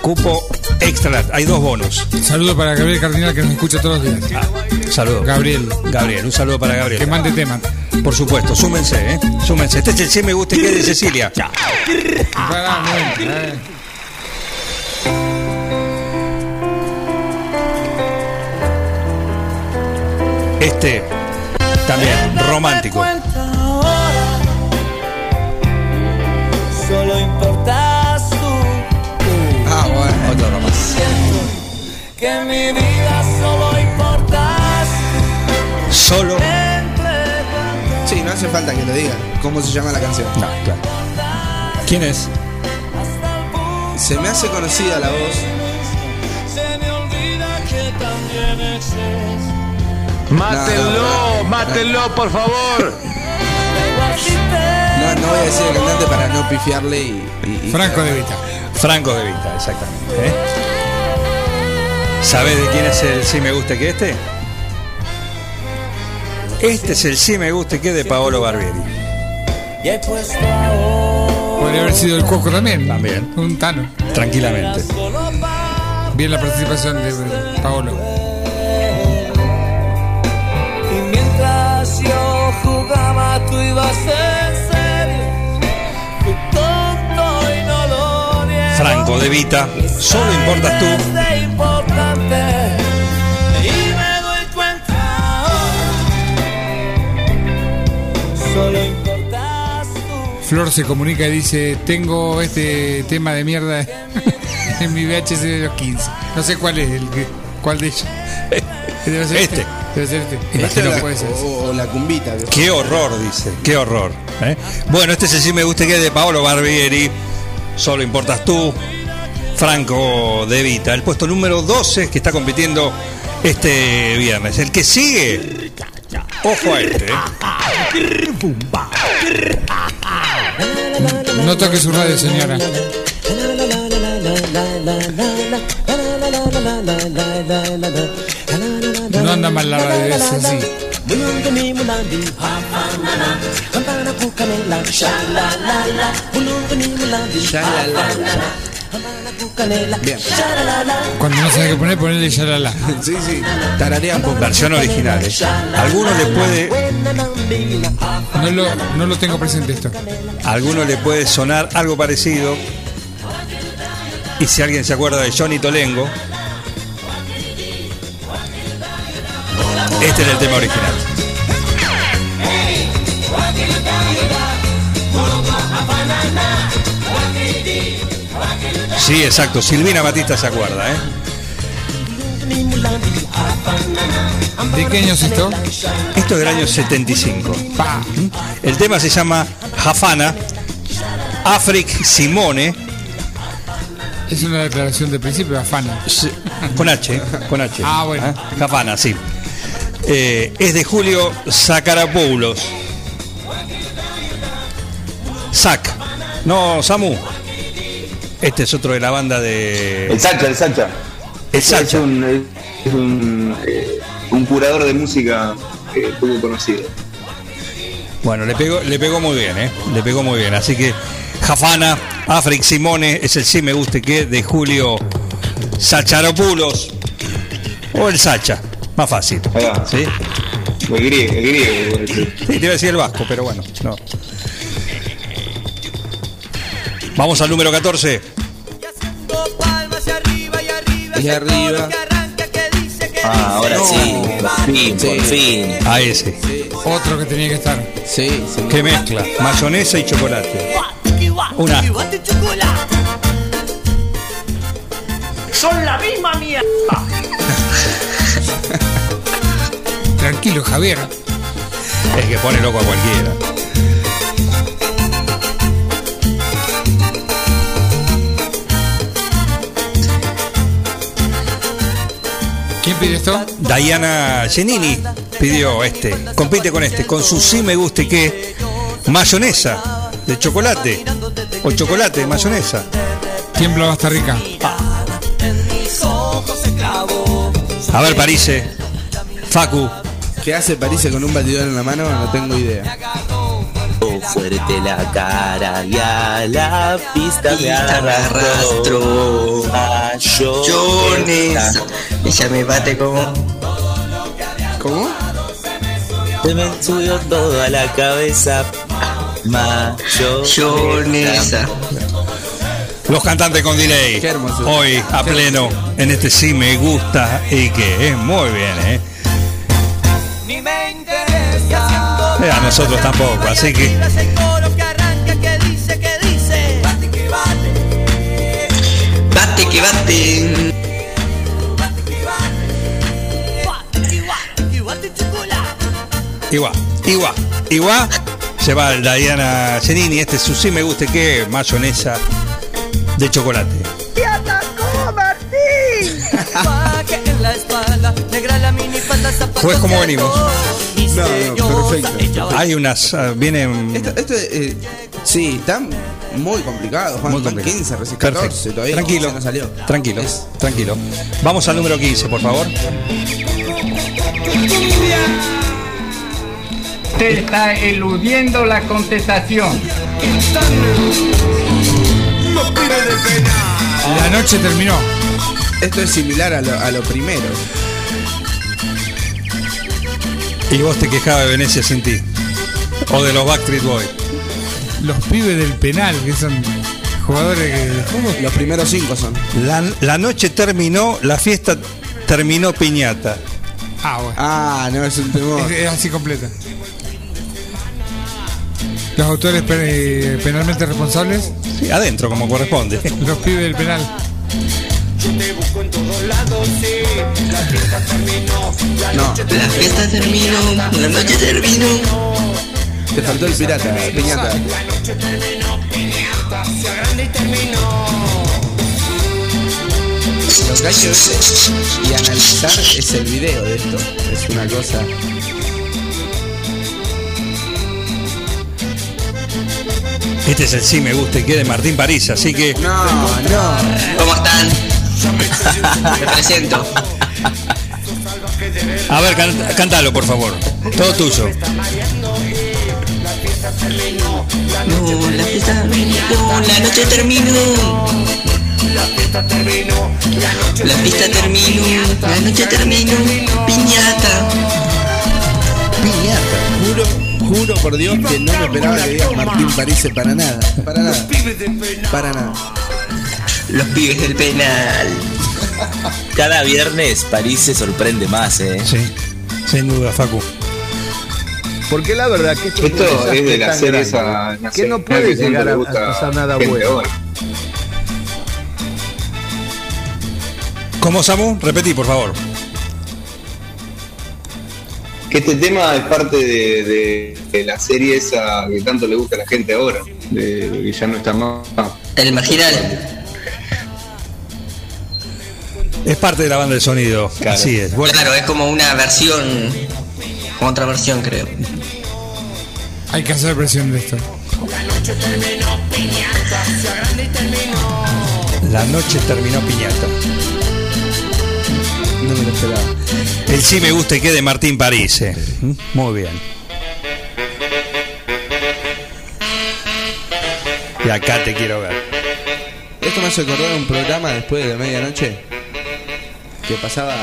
S4: cupo extra, large. hay dos bonos.
S6: Saludo para Gabriel Cardinal que nos escucha todos los días.
S4: Saludo.
S6: Gabriel.
S4: Gabriel, un saludo para Gabriel.
S6: Que mande tema.
S4: Por supuesto, súmense, ¿eh? Súmense. Este es el sí me guste que de Cecilia.
S6: Pará, no, eh.
S4: Este también, romántico.
S10: Ahora solo importas tú.
S5: Ah, bueno, otro nomás.
S10: Que en mi vida solo importas
S4: Solo.
S5: Sí, no hace falta que te diga cómo se llama la canción.
S4: No, claro. ¿Quién es?
S5: Se me hace conocida la voz.
S10: Se me olvida que también existes.
S5: Mátenlo, mátenlo,
S17: por favor.
S5: No, no voy a decir el cantante para no pifiarle y. y- y-
S6: Franco de Vita.
S4: Franco de Vita, exactamente. ¿eh? ¿Sabés de quién es el sí me gusta que este? Este es el sí me gusta que de Paolo Barbieri.
S10: Y he puesto ahora
S6: Podría haber sido el Cuoco también.
S4: También.
S6: Un Tano.
S4: Tranquilamente.
S10: solo para
S6: Bien la participación de Paolo.
S10: Y mientras yo jugaba, tú ibas en serio. Fui tonto y no lo niego.
S4: Franco de Vita, solo importas tú.
S10: Es importante. Y me doy cuenta oh, ahora. Solo importas tú.
S6: Flor se comunica y dice, tengo este tema de mierda *laughs* en mi VHS de los 15. No sé cuál es, el que, cuál de ellos. Debe ser este.
S4: Este.
S6: Debe ser este.
S4: Imagino
S6: Este no
S4: que-
S6: puede ser.
S5: O, o la cumbita. viejo.
S4: Qué horror, dice. Qué horror. ¿eh? Bueno, este es el sí me gusta que de Paolo Barbieri. Solo importas tú. Franco De Vita, el puesto número 12 que está compitiendo este viernes. El que sigue. Ojo a este. ¿eh?
S6: No toque su radio, señora. No anda mal la radio, es así.
S5: Ya la la la. Bien.
S6: Cuando no sabe qué poner, ponerle ya la la.
S5: Sí, sí. Tararea un poco.
S4: Versión original. ¿eh? Algunos le puede
S6: No lo, no lo tengo presente esto.
S4: A alguno le puede sonar algo parecido. Y si alguien se acuerda de Johnny Tolengo, este es el tema original. Sí, exacto. Silvina Batista se acuerda, ¿eh?
S6: ¿De qué año es esto?
S4: Esto es del año 75.
S6: Pa.
S4: El tema se llama Hafana, Afrik Simone,
S6: Es una declaración de principio, afana.
S4: Sí, Con H, con H.
S6: Ah, bueno.
S4: ¿Eh? Cafana, sí. Eh, es de Julio Zacarapoulos. Sac. No, Samu. Este es otro de la banda de.
S7: El Sacha, el Sacha.
S4: El Sacha.
S7: Es un, es un, eh, un curador de música eh, poco conocido.
S4: Bueno, le pegó, le pegó muy bien, ¿eh? Le pegó muy bien. Así que Jafana, Afric Simone, es el sí me guste que de Julio Sacharopulos. O el Sacha, más fácil. ¿Sí?
S7: El griego, el griego.
S4: Sí, te iba a decir el vasco, pero bueno, no. Vamos al número 14.
S5: Y arriba.
S15: Ah, ahora
S4: No.
S15: sí. Por fin, por fin.
S4: A ese.
S6: Otro que tenía que estar.
S5: Sí,
S4: Que mezcla mayonesa y chocolate. Un asco.
S10: Son la misma mierda.
S6: Tranquilo, Javier.
S4: Es que pone loco a cualquiera.
S6: ¿Quién pidió esto?
S4: Diana Genini pidió este. Compite con este, con su sí me guste que mayonesa de chocolate o chocolate de mayonesa.
S6: Tiembla Basta Rica.
S4: A ver, Parise. Facu.
S5: ¿Qué hace París con un batidor en la mano? No tengo idea.
S15: Oh, fuerte la cara y a la pista me arrastro.
S9: Mayonesa. Ella me bate como.
S5: ¿Cómo?
S15: Se me subió todo a la cabeza. Mayonesa.
S4: Los cantantes con delay.
S5: Qué hermoso.
S4: Hoy a
S5: Qué
S4: pleno en este sí me gusta y que es muy bien, ¿eh? Eh, a nosotros tampoco, así que
S9: Bate que bate.
S4: igual, igual, igual. Se va el Diana Genini, este es su sí me gusta y que mayonesa de chocolate.
S10: ¡Te atacó, Martín! en la espalda, negra la mini
S4: Pues como venimos.
S5: perfecto.
S4: Hay unas, ah, vienen
S5: Esto, esto eh, sí, está muy complicado, Juan.
S4: Muy
S5: Son
S4: complicado.
S5: 15, recién
S4: Perfecto.
S5: 14, todavía
S4: Tranquilo.
S5: no salió.
S4: Tranquilo,
S5: Es-
S4: tranquilo. Vamos al número 15, por favor.
S17: Te está eludiendo la contestación.
S6: La noche terminó.
S5: Esto es similar a lo, a lo primero.
S4: Y vos te quejabas de Venecia sin ti. O de los Backstreet Boys.
S6: Los pibes del penal, que son jugadores que.
S5: Los primeros cinco son.
S4: La, la noche terminó, la fiesta terminó piñata.
S6: Ah, bueno.
S5: Ah, no, es un *laughs* temor.
S6: Es, es así completa. Los autores pe- eh, penalmente responsables,
S4: Sí, adentro, como corresponde.
S6: los pibes del penal.
S5: No,
S9: La fiesta terminó, la noche terminó.
S5: te faltó el pirata, piñata. Lo que hay que ver y analizar es el video de esto. Es una cosa.
S4: Este es el sí me gusta y que de Martín París, así que
S5: No, no.
S9: ¿Cómo están? Me presento.
S4: a ver, can- cántalo por favor. Todo tuyo.
S9: No, la fiesta terminó, la noche terminó. La fiesta terminó, la noche terminó. Piñata.
S5: Juro, juro por Dios que no me esperaba que digas Martín París para nada. Para nada. Para nada.
S9: Los pibes del penal.
S15: Cada viernes París se sorprende más, eh.
S4: Sí, sin duda, Facu.
S18: Porque la verdad que esto,
S7: Esto
S18: un desastre
S7: es de la
S18: tan
S7: serie
S18: grande
S7: esa
S18: Que no
S7: nacional
S18: puede
S7: que tanto
S18: llegar
S7: le
S18: a, a
S7: gusta
S18: pasar nada
S7: gente
S18: bueno.
S7: ahora.
S4: ¿Cómo, Samu? Repetí, por favor.
S7: Que este tema es parte de, de- de la serie esa que tanto le gusta a la gente ahora, de, que ya no está más.
S9: El marginal.
S4: Es parte de la banda de sonido. Así es.
S9: Pues
S4: Bueno,
S9: Claro, es como una versión. como Otra versión, creo.
S6: Hay que hacer presión de esto.
S4: La noche terminó piñata. No me lo esperaba. El sí me gusta y qué de Martín París. eh. Muy bien. Y acá te quiero ver.
S5: Esto me hace acordar un programa después de la medianoche que pasaba.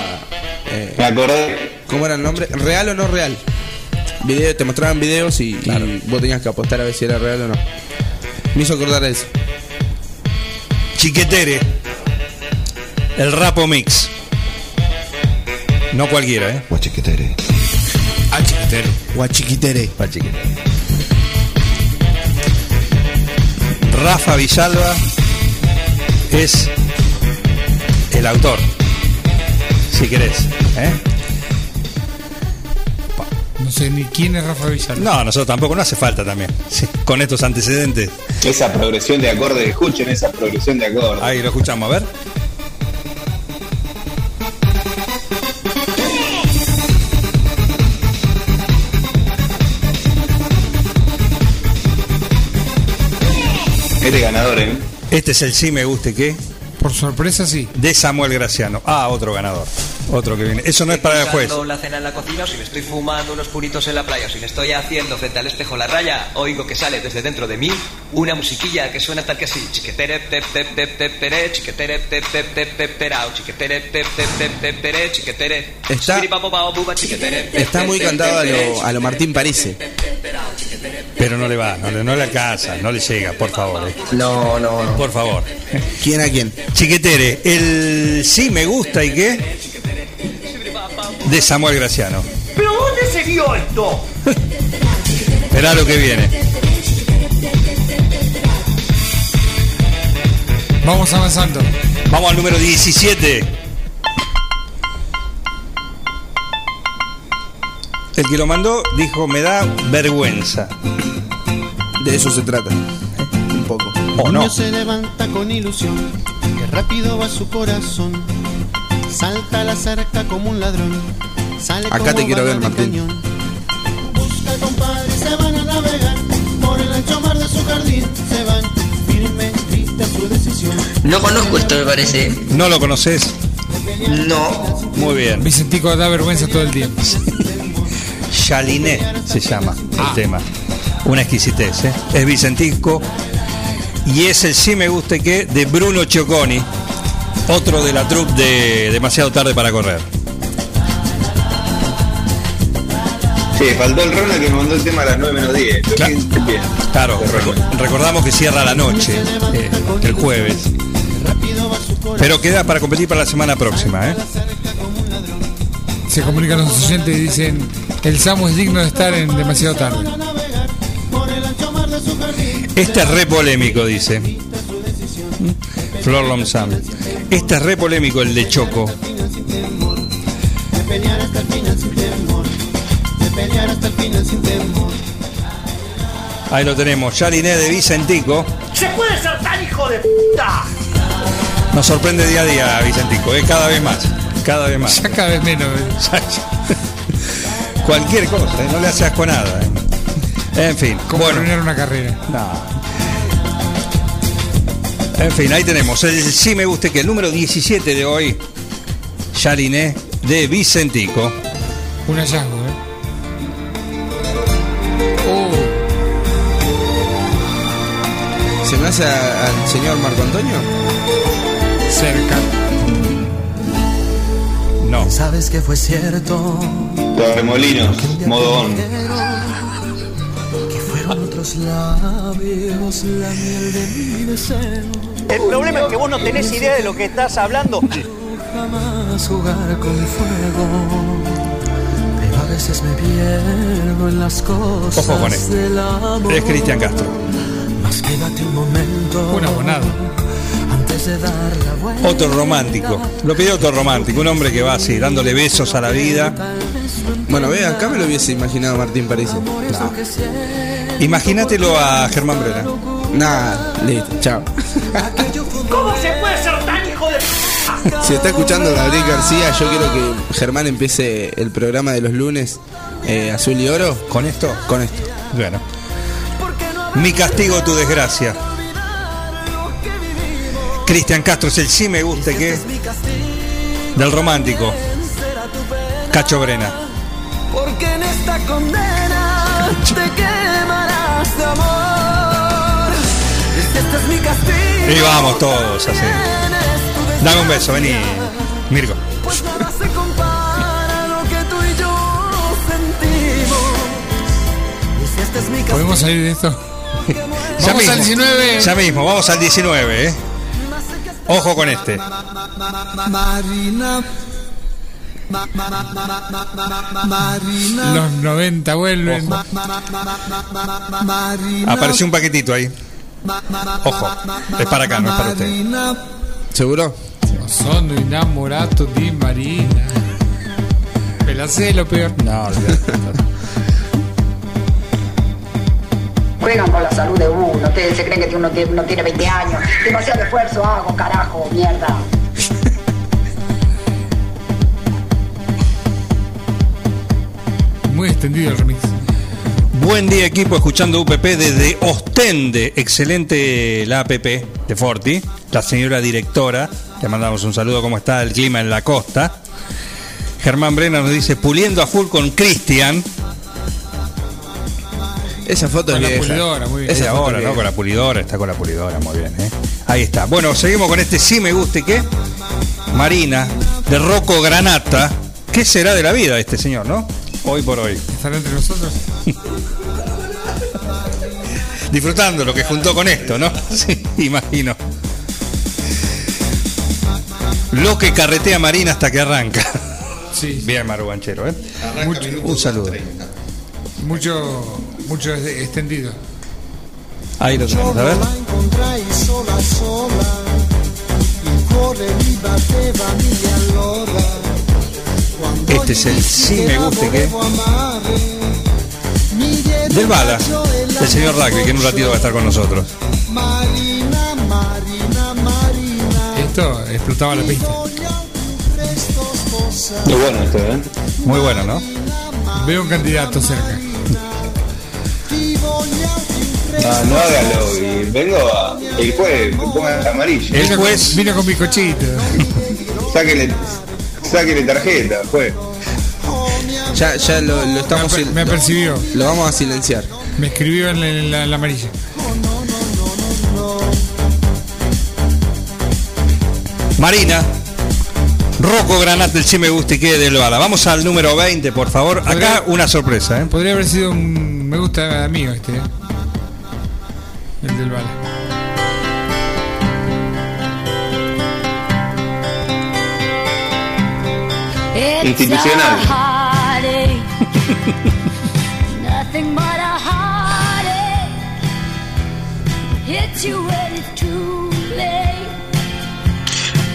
S5: eh,
S7: Me acordé.
S5: ¿Cómo era el nombre? ¿Real o no real? Video, te mostraban videos y, y vos tenías que apostar a ver si era real o no. Me hizo acordar eso.
S4: Chiquetere. El Rapo Mix. No cualquiera, ¿eh? Ah,
S11: Guachiquetere.
S5: Guachiquetere. Guachiquitere.
S4: Rafa Villalba es el autor, si querés. ¿eh?
S6: No sé ni quién es Rafa Villalba.
S4: No, nosotros tampoco, no hace falta también. Sí, con estos antecedentes.
S7: Esa progresión de acordes, escuchen esa progresión de acordes.
S4: Ahí lo escuchamos, a ver.
S7: Este ganador, ¿eh?
S4: Este es el sí me guste que.
S6: Por sorpresa, sí.
S4: De Samuel Graciano. Ah, otro ganador. Otro que viene. Eso no es para el juez.
S19: Pisando la cena en la cocina, o si me estoy fumando unos puritos en la playa, o si me estoy haciendo frente al espejo la raya, oigo que sale desde dentro de mí una musiquilla que suena tal que así: chiquetere, tep, tep, tep, tep, tere, chiquetere, tep, tep, tep, tep, terao, chiquetere, tep, tep, tep, tep, tere, chiquetere.
S5: Está-
S19: Chiripapo, pao, buba, chiquetere, tep,
S5: Está
S19: tep,
S5: muy
S19: tep,
S5: cantado a
S19: tep, tere,
S5: lo, a lo Martín Parise.
S4: Pero no le va, no le, no le alcanza, no le llega, por favor. eh.
S5: No, no,
S4: Por favor.
S5: ¿Quién a quién?
S4: Chiquetere, el sí me gusta y qué. De Samuel Graciano.
S10: ¿Pero dónde se vio esto?
S4: Verá lo que viene.
S6: Vamos avanzando.
S4: Vamos al número 17. El que lo mandó dijo, me da vergüenza.
S5: De eso se trata. Un poco.
S4: ¿O no?
S20: niño se levanta con ilusión, que rápido va su corazón. Salta a la cerca como un ladrón. Sale
S5: Acá
S20: como
S5: te quiero
S20: bala
S5: ver,
S20: de
S5: Martín.
S20: cañón. Busca compadre, se van a navegar por el ancho mar de su jardín. Se van firme, triste a su decisión.
S9: No conozco esto, me parece.
S4: ¿No lo conoces?
S9: No.
S4: Muy bien.
S6: Vicentico da vergüenza todo el tiempo.
S4: Chaliné se llama el tema. Una exquisitez, ¿eh? Es Vicentico. Y es el sí me gusta y qué de Bruno Cioconi. Otro de la troupe de Demasiado Tarde para Correr.
S7: Sí, faltó el Rona que mandó el tema a las 9 menos 10. Lo
S4: Claro.
S7: que- bien.
S4: Claro, reco- recordamos que cierra la noche, eh, el jueves. Pero queda para competir para la semana próxima, ¿eh?
S6: Se comunican los oyentes y dicen: El Samu es digno de estar en demasiado tarde.
S4: Este es re polémico, dice. Flor Lomsam. Este es re polémico, el de Choco.
S20: De pelear hasta el final sin temor. De pelear hasta el final sin temor.
S4: Ahí lo tenemos, Yaliné de Vicentico.
S10: ¿Se puede ser tan hijo de puta?
S4: Nos sorprende día a día, Vicentico, ¿eh? cada vez más. Cada
S10: *laughs*
S4: vez más.
S6: Ya cada vez menos. ¿eh?
S4: Cualquier cosa, ¿eh? no le hace asco a nada. ¿eh? En fin,
S6: Como arruinar una carrera.
S4: en fin, ahí tenemos. El sí me guste que el número 17 de hoy, Yaliné de Vicentico.
S6: Un hallazgo, ¿eh? Oh,
S5: ¿Se me hace a- al señor Marco Antonio?
S6: cerca.
S4: No.
S21: Sabes que fue cierto.
S7: Torremolinos, modo on.
S21: Que fueron otros labios la miel de mi deseo.
S10: El problema es que vos no tenés idea de lo que estás hablando.
S21: Jamás jugar con fuego. Pero a veces me pierdo en las cosas
S4: Ojo con esto.
S21: del amor.
S4: Es Cristian Castro.
S21: Mas quédate un momento.
S6: Un abonado.
S21: Antes de dar la vuelta.
S4: Otro romántico. Lo pidió otro romántico, un hombre que va así, dándole besos a la vida.
S5: Bueno, ve, acá me lo hubiese imaginado Martín Parise. No.
S4: Imagínatelo a Germán Brera.
S5: Nah, listo, chao.
S10: ¿Cómo se puede ser tan hijo de puta?
S5: Si está escuchando Gabriel García, yo quiero que Germán empiece el programa de los lunes eh, Azul y Oro.
S4: ¿Con esto?
S5: Con esto.
S4: Bueno. Mi castigo, tu desgracia. Cristian Castro es el sí me gusta que del romántico. Cacho Brena.
S10: Porque en esta condena te quemarás de amor. Este es mi castigo.
S4: Y vamos todos así. Dame un beso, vení, Mirko.
S10: Pues nada se compara lo que tú y yo sentimos. Y si este es mi castigo.
S6: ¿Podemos salir de esto?
S4: Ya
S6: Vamos
S4: mismo,
S6: al 19.
S4: Ya mismo, vamos al 19, ¿eh? Ojo con este.
S20: Marina. Marina.
S6: Los 90 vuelven.
S4: Apareció un paquetito ahí. Ojo, es para acá, no es para usted.
S5: ¿Seguro?
S6: Sono innamorato di Marina. Me la sé lo peor.
S4: No,
S3: Juegan con la salud de uno. Ustedes se creen que uno tiene, uno tiene 20 años. Demasiado esfuerzo hago, carajo, mierda.
S6: Muy extendido el remix.
S4: Buen día equipo, escuchando UPP desde Ostende. Excelente la APP de Forti, la señora directora. Le mandamos un saludo, ¿cómo está el clima en la costa? Germán Brena nos dice, puliendo a full con Cristian.
S5: Esa foto
S6: Con
S5: es
S6: la
S5: vieja.
S6: pulidora, muy bien.
S5: Esa
S4: Es
S5: foto
S4: ahora,
S5: es
S4: ¿no? Con
S5: vieja.
S4: la pulidora, está con la pulidora, muy bien, ¿eh? Ahí está. Bueno, seguimos con este sí me guste que. Marina, de Rocco Granata. ¿Qué será de la vida de este señor, no? Hoy por hoy.
S6: ¿Estará entre nosotros?
S4: Disfrutando lo que juntó con esto, ¿no? *laughs* Sí, imagino. Lo que carretea Marina hasta que arranca.
S6: Sí.
S4: *laughs* Bien, Maru Banchero, ¿eh? Un saludo.
S6: Mucho, mucho es- extendido.
S4: Ahí lo tenemos, a ver.
S20: Contrai sola sola, il cuore mi batteva mille all'ora. Quando
S4: Este es el sí me guste que.
S20: volevo amare, mi diede
S4: Del
S20: un
S4: Bala,
S20: bacio e la
S4: el señor Rugby, que en un ratito va a estar con nosotros.
S20: Marina, Marina, Marina,
S6: Esto explotaba la pista.
S20: presto sposa.
S7: Muy bueno esto, ¿eh?
S4: Muy bueno, ¿no?
S6: Veo un candidato cerca.
S20: Ti voglio
S7: Ah, no hágalo. Y vengo a. El juez, pongan amarillo.
S6: Vino con- Vino con mi cochito.
S7: Sáquenle, sáquenle tarjeta, juez.
S5: Ya, ya lo, lo estamos. sil-
S6: Me percibió.
S5: Lo vamos a silenciar.
S6: Me escribió en la, en la- en la amarilla.
S4: Marina. Rocco Granata, el sí me gusta y quede del bala. Vamos al número 20, por favor. Acá una sorpresa, ¿eh?
S6: Podría haber sido un me gusta amigo este. ¿eh? El del bala.
S7: Institucional.
S14: *laughs* Nothing but a heartache. Hits you when it's too late.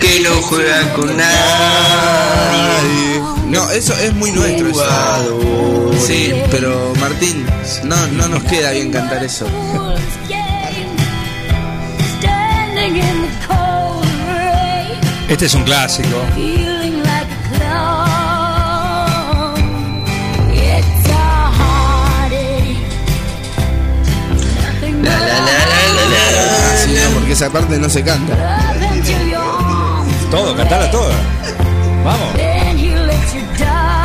S9: Que no juega con nadie.
S5: No, eso es muy nuestro. eso. Sí, pero Martín, no, no nos queda bien cantar eso.
S14: Fool's game. Standing in the cold rain.
S4: Este es un clásico.
S14: Feeling like a clown. It's a heartache. Nothing
S5: La,
S14: but
S5: la,
S14: a
S5: la, la, la, la. Sí, no, porque esa parte no se canta.
S14: love until your arms
S4: Todo, cantala toda. Vamos.
S14: Then he lets you down.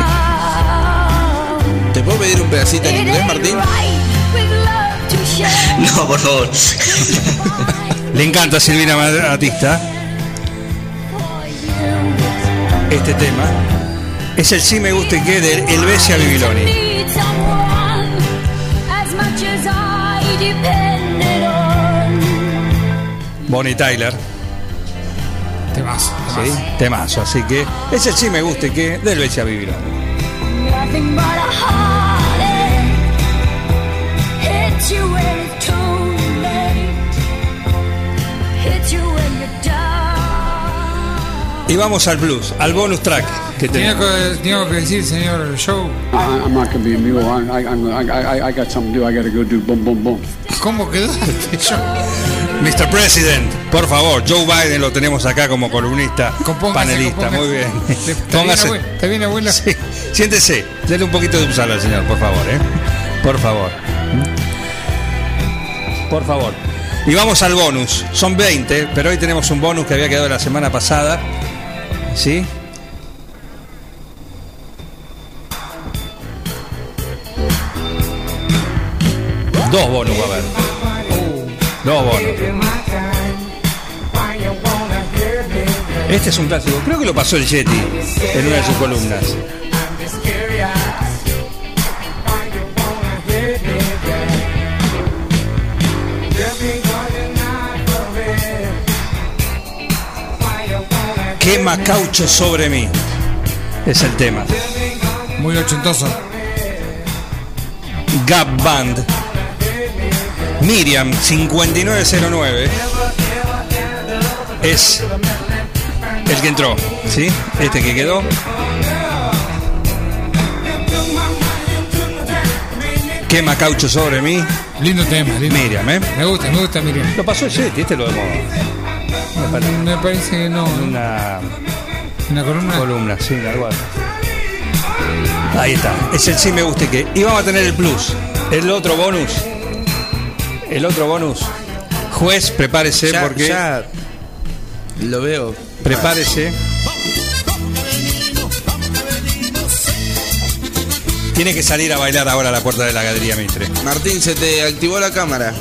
S5: ¿Te puedo pedir un pedacito en
S14: It
S5: inglés,
S14: ain't
S5: Martín?
S14: right with love to share.
S9: *laughs* No, por favor.
S4: Le encanta a Silvina Batista. Este tema. Es el sí me gusta y quede del Elvesia Bibiloni.
S14: Need someone as much as I depended on.
S4: Bonnie Tyler.
S6: Te vas.
S4: ¿sí? Temazo. Así que es el sí me gusta y quede del Elvesia Bibiloni.
S14: Nothing but a heartache. Hits you when it's too late. Hits you when you're down.
S4: Y vamos al blues, al bonus track que
S6: Tenía
S4: tenemos.
S6: que, tenía algo que decir, señor Show.
S12: I- I'm not gonna be a mule. I, I, I'm gonna, I, I, I got something to do. I gotta go do boom, boom, boom.
S6: ¿Cómo quedaste, Show?
S4: *laughs* Mr. President, por favor, Joe Biden lo tenemos acá como columnista,
S6: Compóngase,
S4: panelista, muy bien. *laughs*
S6: compóngase. Está bien,
S4: Póngase.
S6: abue- está bien, abuela.
S4: Sí, Siéntese, dale un poquito de Uppsala al señor, por favor, ¿eh? Por favor. Por favor. Y vamos al bonus. Son 20, pero hoy tenemos un bonus que había quedado la semana pasada. ¿Sí? Dos bonus va a haber. Dos bonus. Este es un clásico. Creo que lo pasó el Yeti en una de sus columnas. Quema caucho sobre mí. Es el tema.
S6: Muy ochentoso.
S4: Gap Band. Miriam 5909 es el que entró, ¿sí? Este que quedó. Quema caucho sobre mí.
S6: Lindo tema, lindo.
S4: Miriam, ¿eh?
S6: Me gusta, me gusta, Miriam. Mm,
S4: Lo pasó el Yeti, este lo hemos.
S6: Me parece que no.
S4: Una
S6: ¿Una columna?
S4: columna, sí, algo así. Ahí está, es el sí me guste que. Y vamos a tener el plus, el otro bonus. El otro bonus. Juez, prepárese
S5: Ya-
S4: porque.
S5: ya lo veo.
S4: Prepárese. Tiene que salir a bailar ahora a la puerta de la galería Mitre.
S5: Martín, se te activó la cámara.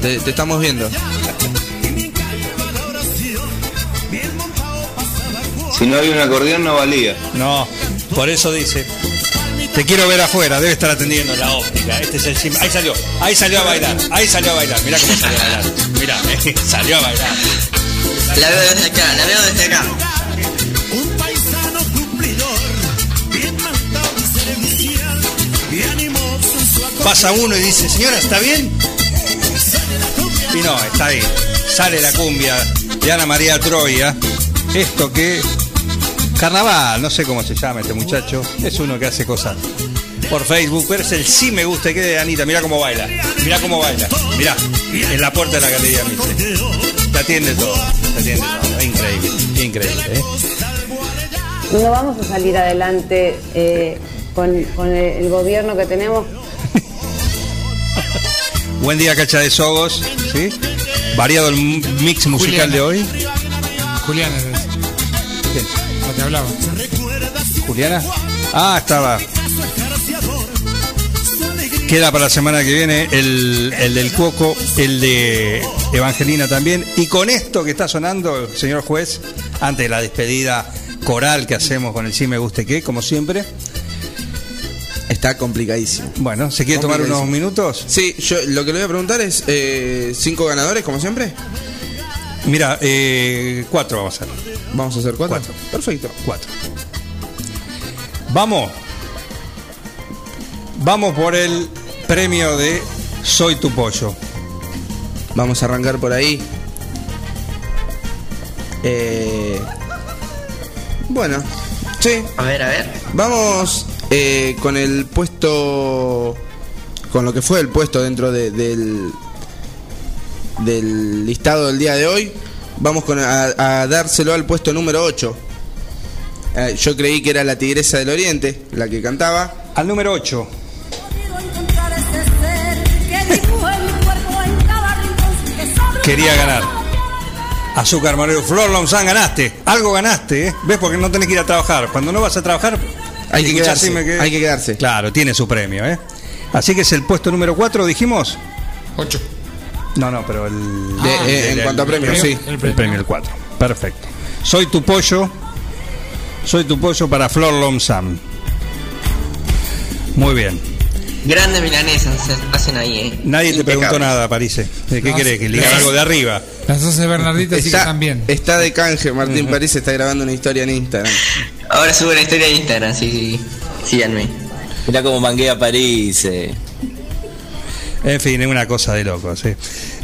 S5: Te, te estamos viendo.
S7: Si no había un acordeón no valía.
S4: No, por eso dice. Te quiero ver afuera, debe estar atendiendo la óptica. Este es el sim- Ahí salió, ahí salió a bailar, ahí salió a bailar. Mirá cómo salió a bailar. Mirá, *laughs* eh, salió a bailar.
S9: La veo desde acá, la veo desde acá.
S21: Un paisano cumplidor, bien mandado y servicial, y animoso en su
S4: Pasa uno y dice, señora, ¿está bien? Y no, está ahí. Sale la cumbia de Ana María Troya. Esto que. Carnaval, no sé cómo se llama este muchacho. Es uno que hace cosas por Facebook. Pero es el sí me gusta que de Anita. Mirá cómo baila. Mirá cómo baila. Mirá. En la puerta de la galería Mitre. Te atiende todo. Te atiende todo. Increíble. Increíble. ¿eh?
S1: No vamos a salir adelante eh, con, con el el gobierno que tenemos.
S4: Buen día, Cacha de Sogos. ¿sí? Variado el m- mix musical de hoy.
S6: Juliana, no te hablaba.
S4: Juliana. Ah, estaba. Queda para la semana que viene el, el del Cuoco, el de Evangelina también. Y con esto que está sonando, señor juez, antes de la despedida coral que hacemos con el Sí Me Guste Que, como siempre.
S5: Está complicadísimo.
S4: Bueno, ¿se quiere tomar unos minutos?
S5: Sí, yo lo que le voy a preguntar es: eh, ¿cinco ganadores, como siempre?
S4: Mira, eh, cuatro vamos a hacer.
S5: ¿Vamos a hacer cuatro? Perfecto.
S4: Cuatro. Vamos. Vamos por el premio de Soy tu pollo.
S5: Vamos a arrancar por ahí. Eh, bueno, sí.
S9: A ver, a ver.
S5: Vamos eh, con el puesto. Con lo que fue el puesto dentro de- del. Del listado del día de hoy. Vamos con, a, a dárselo al puesto número 8. yo creí que era la Tigresa del Oriente, la que cantaba.
S4: Al número 8. Quería ganar. Azúcar Moreno, Flor Lonzán, ganaste. Algo ganaste, ¿eh? ¿Ves? Porque no tenés que ir a trabajar. Cuando no vas a trabajar,
S5: Hay que
S4: escuchás
S5: quedarse,
S4: y me quedé-
S5: hay que quedarse.
S4: Claro, tiene su premio, ¿eh? Así que es el puesto número 4, dijimos.
S6: 8.
S4: No, no, pero el.
S5: De- eh, en cuanto a premios, sí.
S4: El premio, el 4. Perfecto. Soy tu pollo. Soy tu pollo para Flor Lonzán. Muy bien.
S9: Grandes milanesas se hacen ahí, eh.
S4: Nadie te preguntó nada, Parise. ¿De ¿Qué
S9: No,
S4: querés? ¿Que ligar
S9: no.
S4: algo de arriba?
S6: Las 12 Bernarditas sí que están bien.
S5: Está de canje, Martín París está grabando una historia en Instagram.
S9: Ahora subo una historia de Instagram, sí, sí, sí. Síganme.
S15: Mirá cómo manguea París. eh.
S4: En fin, es una cosa de locos. eh.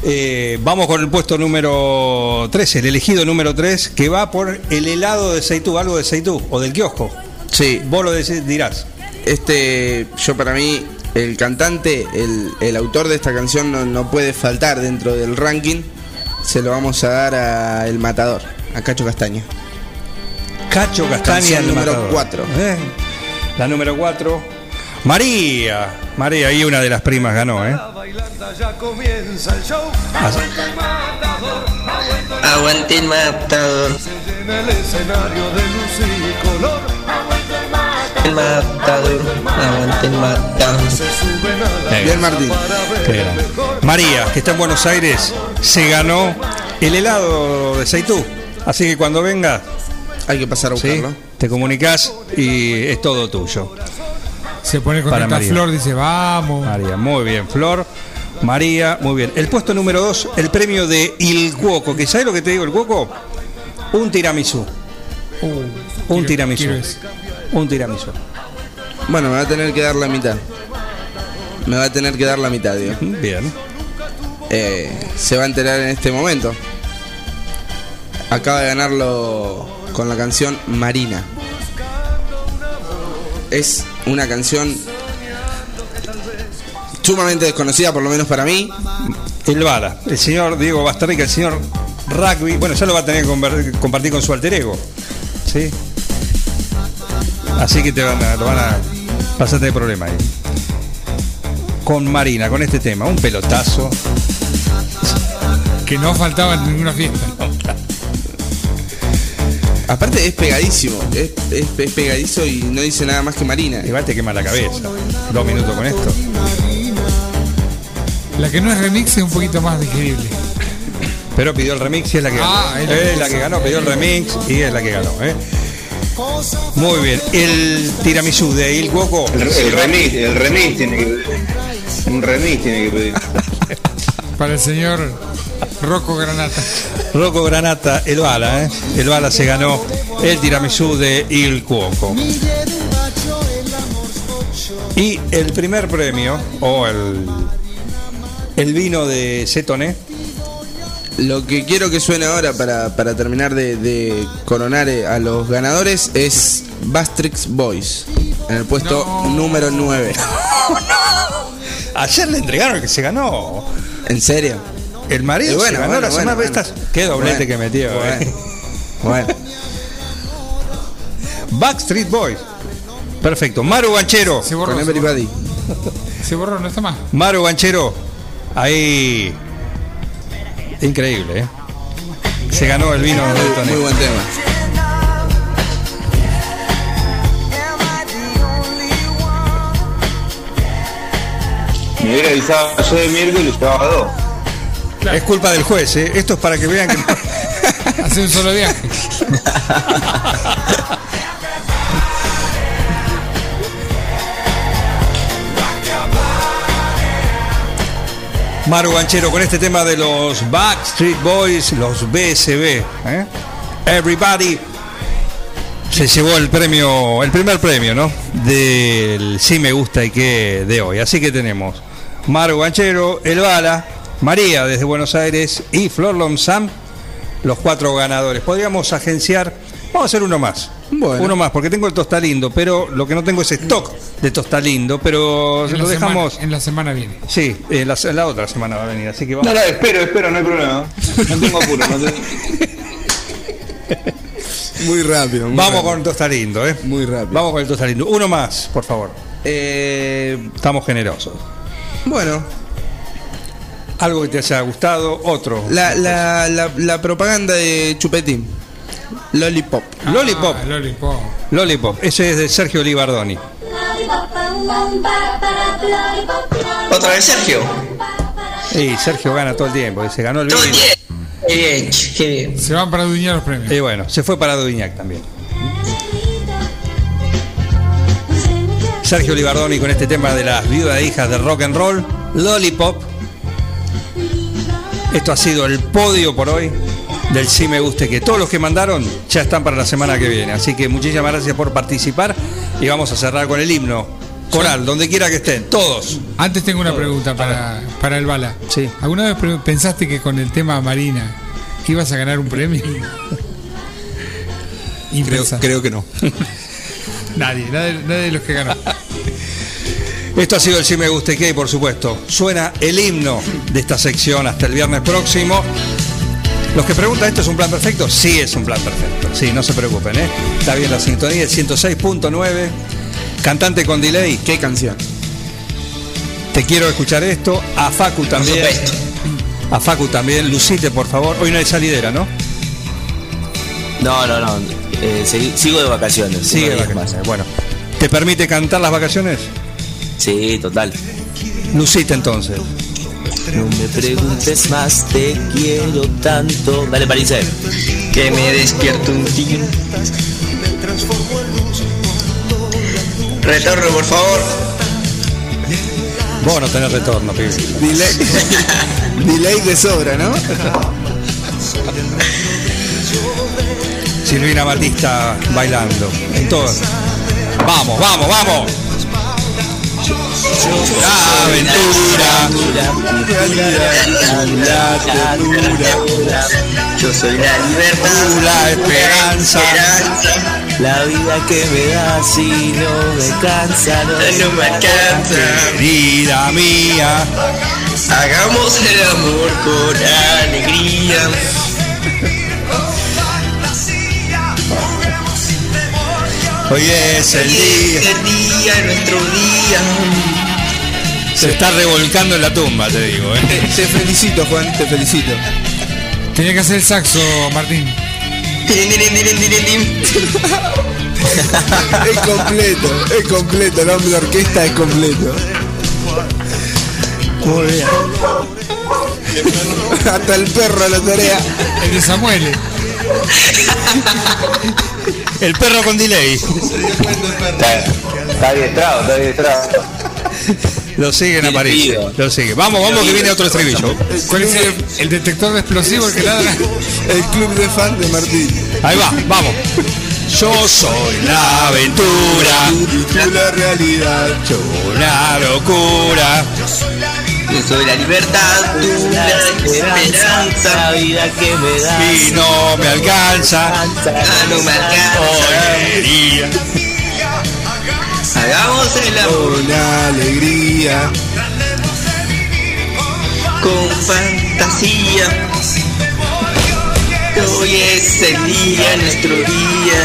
S4: Eh, vamos con el puesto número 3, el elegido número 3, que va por el helado de Seitú, algo de Seitú, o del kiosco.
S5: Sí.
S4: Vos lo deci- dirás.
S5: Este, yo para mí, el cantante, el, el autor de esta canción no, no puede faltar dentro del ranking. Se lo vamos a dar a El Matador, a Cacho Castaña.
S4: Cacho Castaña,
S5: Canción
S4: el
S5: número
S4: matador.
S5: cuatro.
S4: Eh, La número 4. María. María, y una de las primas ganó, ¿eh? Ah,
S2: fiesta, ya comienza el show. Ha
S9: Así.
S2: vuelto el matador, ha vuelto el
S9: Aguante el matador.
S2: en el escenario de luz y color. Ha vuelto el matador,
S9: El matador. Aguante el matador.
S2: suben a la
S4: Bien,
S5: Martín.
S4: María, que está en Buenos Aires, se ganó el helado de Seitú. Así que cuando venga,
S5: hay que pasar a
S4: buscarlo. Te comunicas y es todo tuyo.
S6: Se pone
S4: Para
S6: contenta
S4: María.
S6: Flor, dice, vamos.
S4: María, muy bien, Flor. María, muy bien. El puesto número 2, el premio de Il Cuoco. ¿Que sabes lo que te digo, el Cuoco? Un tiramisú. un tiramisú.
S5: Uh, quiero ese.
S4: Un tiramisú.
S5: Bueno, me va a tener que dar la mitad. Me va a tener que dar la mitad, digo.
S4: Bien.
S5: eh, se va a enterar en este momento. Acaba de ganarlo con la canción Marina. Es una canción sumamente desconocida, por lo menos para mí.
S4: El Vara, el señor Diego Bastarrica, el señor Rugby. Bueno, ya lo va a tener que conver- compartir con su alter ego. ¿Sí? Así que te van a, lo van a pasarte de problema ahí. Con Marina, con este tema, un pelotazo.
S6: Que no faltaba en ninguna fiesta.
S5: Aparte es pegadísimo, es, es- es pegadizo y no dice nada más que Marina.
S4: Igual te quema la cabeza. Dos minutos con esto.
S6: La que no es remix es un poquito más digerible.
S4: Pero pidió el remix y es la que ganó.
S6: Ah, es la
S4: es
S6: que
S4: la que
S6: hizo.
S4: ganó, pidió el remix y es la que ganó. ¿eh? Muy bien, el tiramisú de Il Cuoco.
S7: El, el remis, el remis tiene que pedir. Un remis tiene que pedir.
S6: Para el señor Rocco Granata.
S4: Rocco Granata, el bala, ¿eh? El bala se ganó el tiramisú de Il Cuoco. Y el primer premio, o el, el vino de Cetone,
S5: Lo que quiero que suene ahora para, para terminar de, de coronar eh, a los ganadores es Bastrix Boys, en el puesto número 9.
S4: ayer le entregaron el que se ganó.
S5: ¿En serio?
S4: El marido
S5: Y bueno,
S4: se ganó
S5: bueno,
S4: la semana
S5: bueno,
S4: estas-
S5: bueno.
S4: Qué doblete
S5: Bueno,
S4: que metió, ¿eh?
S5: Bueno.
S4: *laughs* Backstreet Boys. Perfecto. Maru Banchero.
S6: borró, Con se
S5: Everybody.
S6: Se borró, no está más.
S4: Maru Banchero. Ahí. Increíble, ¿eh? Se ganó el vino de Tony.
S5: Muy buen tema.
S7: Me hubiera avisado yo de miércoles y llevaba dos.
S4: Es culpa del juez, ¿eh? Esto es para que vean que.
S6: Hace un solo viaje.
S4: Maru Banchero con este tema de los Backstreet Boys, los BSB. ¿eh? Everybody se llevó el premio, el primer premio, ¿no? Del Sí Me Gusta y qué de hoy. Así que tenemos Maru Banchero, El Bala, María desde Buenos Aires y Flor Lomsam, los cuatro ganadores. Podríamos agenciar, vamos a hacer uno más.
S5: Bueno.
S4: Uno más, porque tengo el tostalindo, pero lo que no tengo es stock de tostalindo, pero
S6: En
S4: lo
S6: la semana-
S4: dejamos.
S6: en la semana viene.
S4: Sí, eh, la, la otra semana va a venir, así que vamos.
S7: No, no, espero, espero, no hay problema. No tengo apuro, no tengo.
S5: Muy rápido. muy
S4: Vamos
S5: rápido.
S4: con Tostalindo, ¿eh?
S5: Muy rápido.
S4: Vamos con el Tostalindo. Uno más, por favor.
S5: Eh,
S4: Estamos generosos.
S5: bueno,
S4: Algo que te haya gustado, otro.
S5: la, la- la- la propaganda de Chupetín. Lollipop.
S4: Lollipop.
S6: Ah, Lollipop.
S4: Lollipop. Ese es de Sergio Olivardoni.
S9: Otra vez Sergio.
S4: Y Sergio gana todo el tiempo. y Se ganó el
S9: Todo
S4: vino.
S9: bien. Qué bien, qué bien.
S6: Se van para adueñar los premios.
S4: Y bueno, se fue para Duñac también. Sergio Olivardoni con este tema de las viudas e hijas de rock and roll, Lollipop. Esto ha sido el podio por hoy del Sí Me Guste, que todos los que mandaron ya están para la semana que viene. Así que muchísimas gracias por participar y vamos a cerrar con el himno coral, donde quiera que estén, todos.
S6: Antes tengo una pregunta para, para el Bala.
S4: Sí.
S6: ¿Alguna vez pre- pensaste que con el tema Marina ibas a ganar un premio?
S5: Creo,
S6: Impensa-
S5: creo que no.
S6: Nadie, nadie, nadie de los que ganó.
S4: Esto ha sido el Sí Me Guste que, por supuesto, suena el himno de esta sección hasta el viernes próximo. Los que preguntan, ¿esto es un plan perfecto? Sí, es un plan perfecto. Sí, no se preocupen, ¿eh? Está bien la sintonía, el 106.9. Cantante con delay.
S5: ¿Qué canción?
S4: Te quiero escuchar esto. A Facu también. A Facu también. Lucite, por favor. Hoy no hay salidera, ¿no?
S22: No, no, no. eh, segui- sigo de vacaciones.
S4: Sigue
S22: unos días
S4: vacaciones, Bueno. ¿Te permite cantar las vacaciones?
S22: Sí, total.
S4: Lucite entonces.
S22: No me preguntes más, te quiero tanto. Dale, París. eh. Que me despierto un día.
S7: Retorno, por favor.
S4: Vos no tenés retorno, pibe.
S5: Delay, *laughs* delay de sobra, ¿no?
S4: Silvina Batista bailando. Entonces. Vamos, vamos, vamos. La
S22: aventura. Yo soy la libertad,
S4: la esperanza.
S22: La vida que me da si no me cansa, no, me cansa.
S4: Querida mía,
S7: hagamos el amor con alegría.
S4: Hoy es el día.
S7: El día, nuestro día.
S4: Se está revolcando en la tumba, te digo. ¿eh?
S5: Te felicito, Juan, te felicito.
S6: Tenía que hacer el saxo, Martín.
S7: Tirin, tirin, tirin, tirin, tirin.
S5: Es completo, es completo, el hombre de orquesta es completo. Hasta el perro la tarea.
S6: El de Samuel.
S4: El perro con delay.
S23: Está adiestrado, está adiestrado.
S4: Lo siguen a París. Lo siguen. Vamos, vamos, que viene otro estribillo.
S5: Eh,
S6: ¿Cuál es el, el detector de explosivos el que ladra?
S5: El club de fans de Martín.
S4: Ahí va, vamos. Yo soy la aventura.
S5: Tú la realidad.
S4: Yo la locura.
S7: Yo soy la libertad, tú la esperanza.
S22: La vida que me da
S4: Y no me alcanza.
S7: Ah, no me alcanza.
S4: Hoy
S7: Hagamos el amor
S5: Con alegría.
S7: con fantasía. Hoy es el día, nuestro día.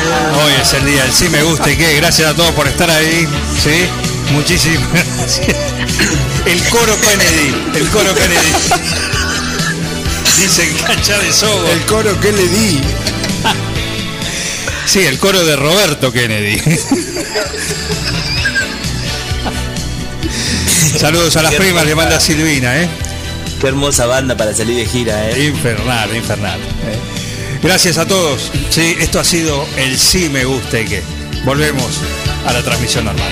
S4: es el día del sí me gusta y qué. Gracias a todos por estar ahí. Sí, muchísimas *laughs* gracias. El coro Kennedy. El coro Kennedy. Dicen cancha de sogo.
S5: El coro que le di.
S4: Sí, el coro de Roberto Kennedy. Saludos a las primas, le manda Silvina, ¿eh?
S22: Qué hermosa banda para salir de gira, eh.
S4: Infernal, infernal. ¿eh? Gracias a todos. Sí, esto ha sido el sí me gusta y que. Volvemos a la transmisión normal.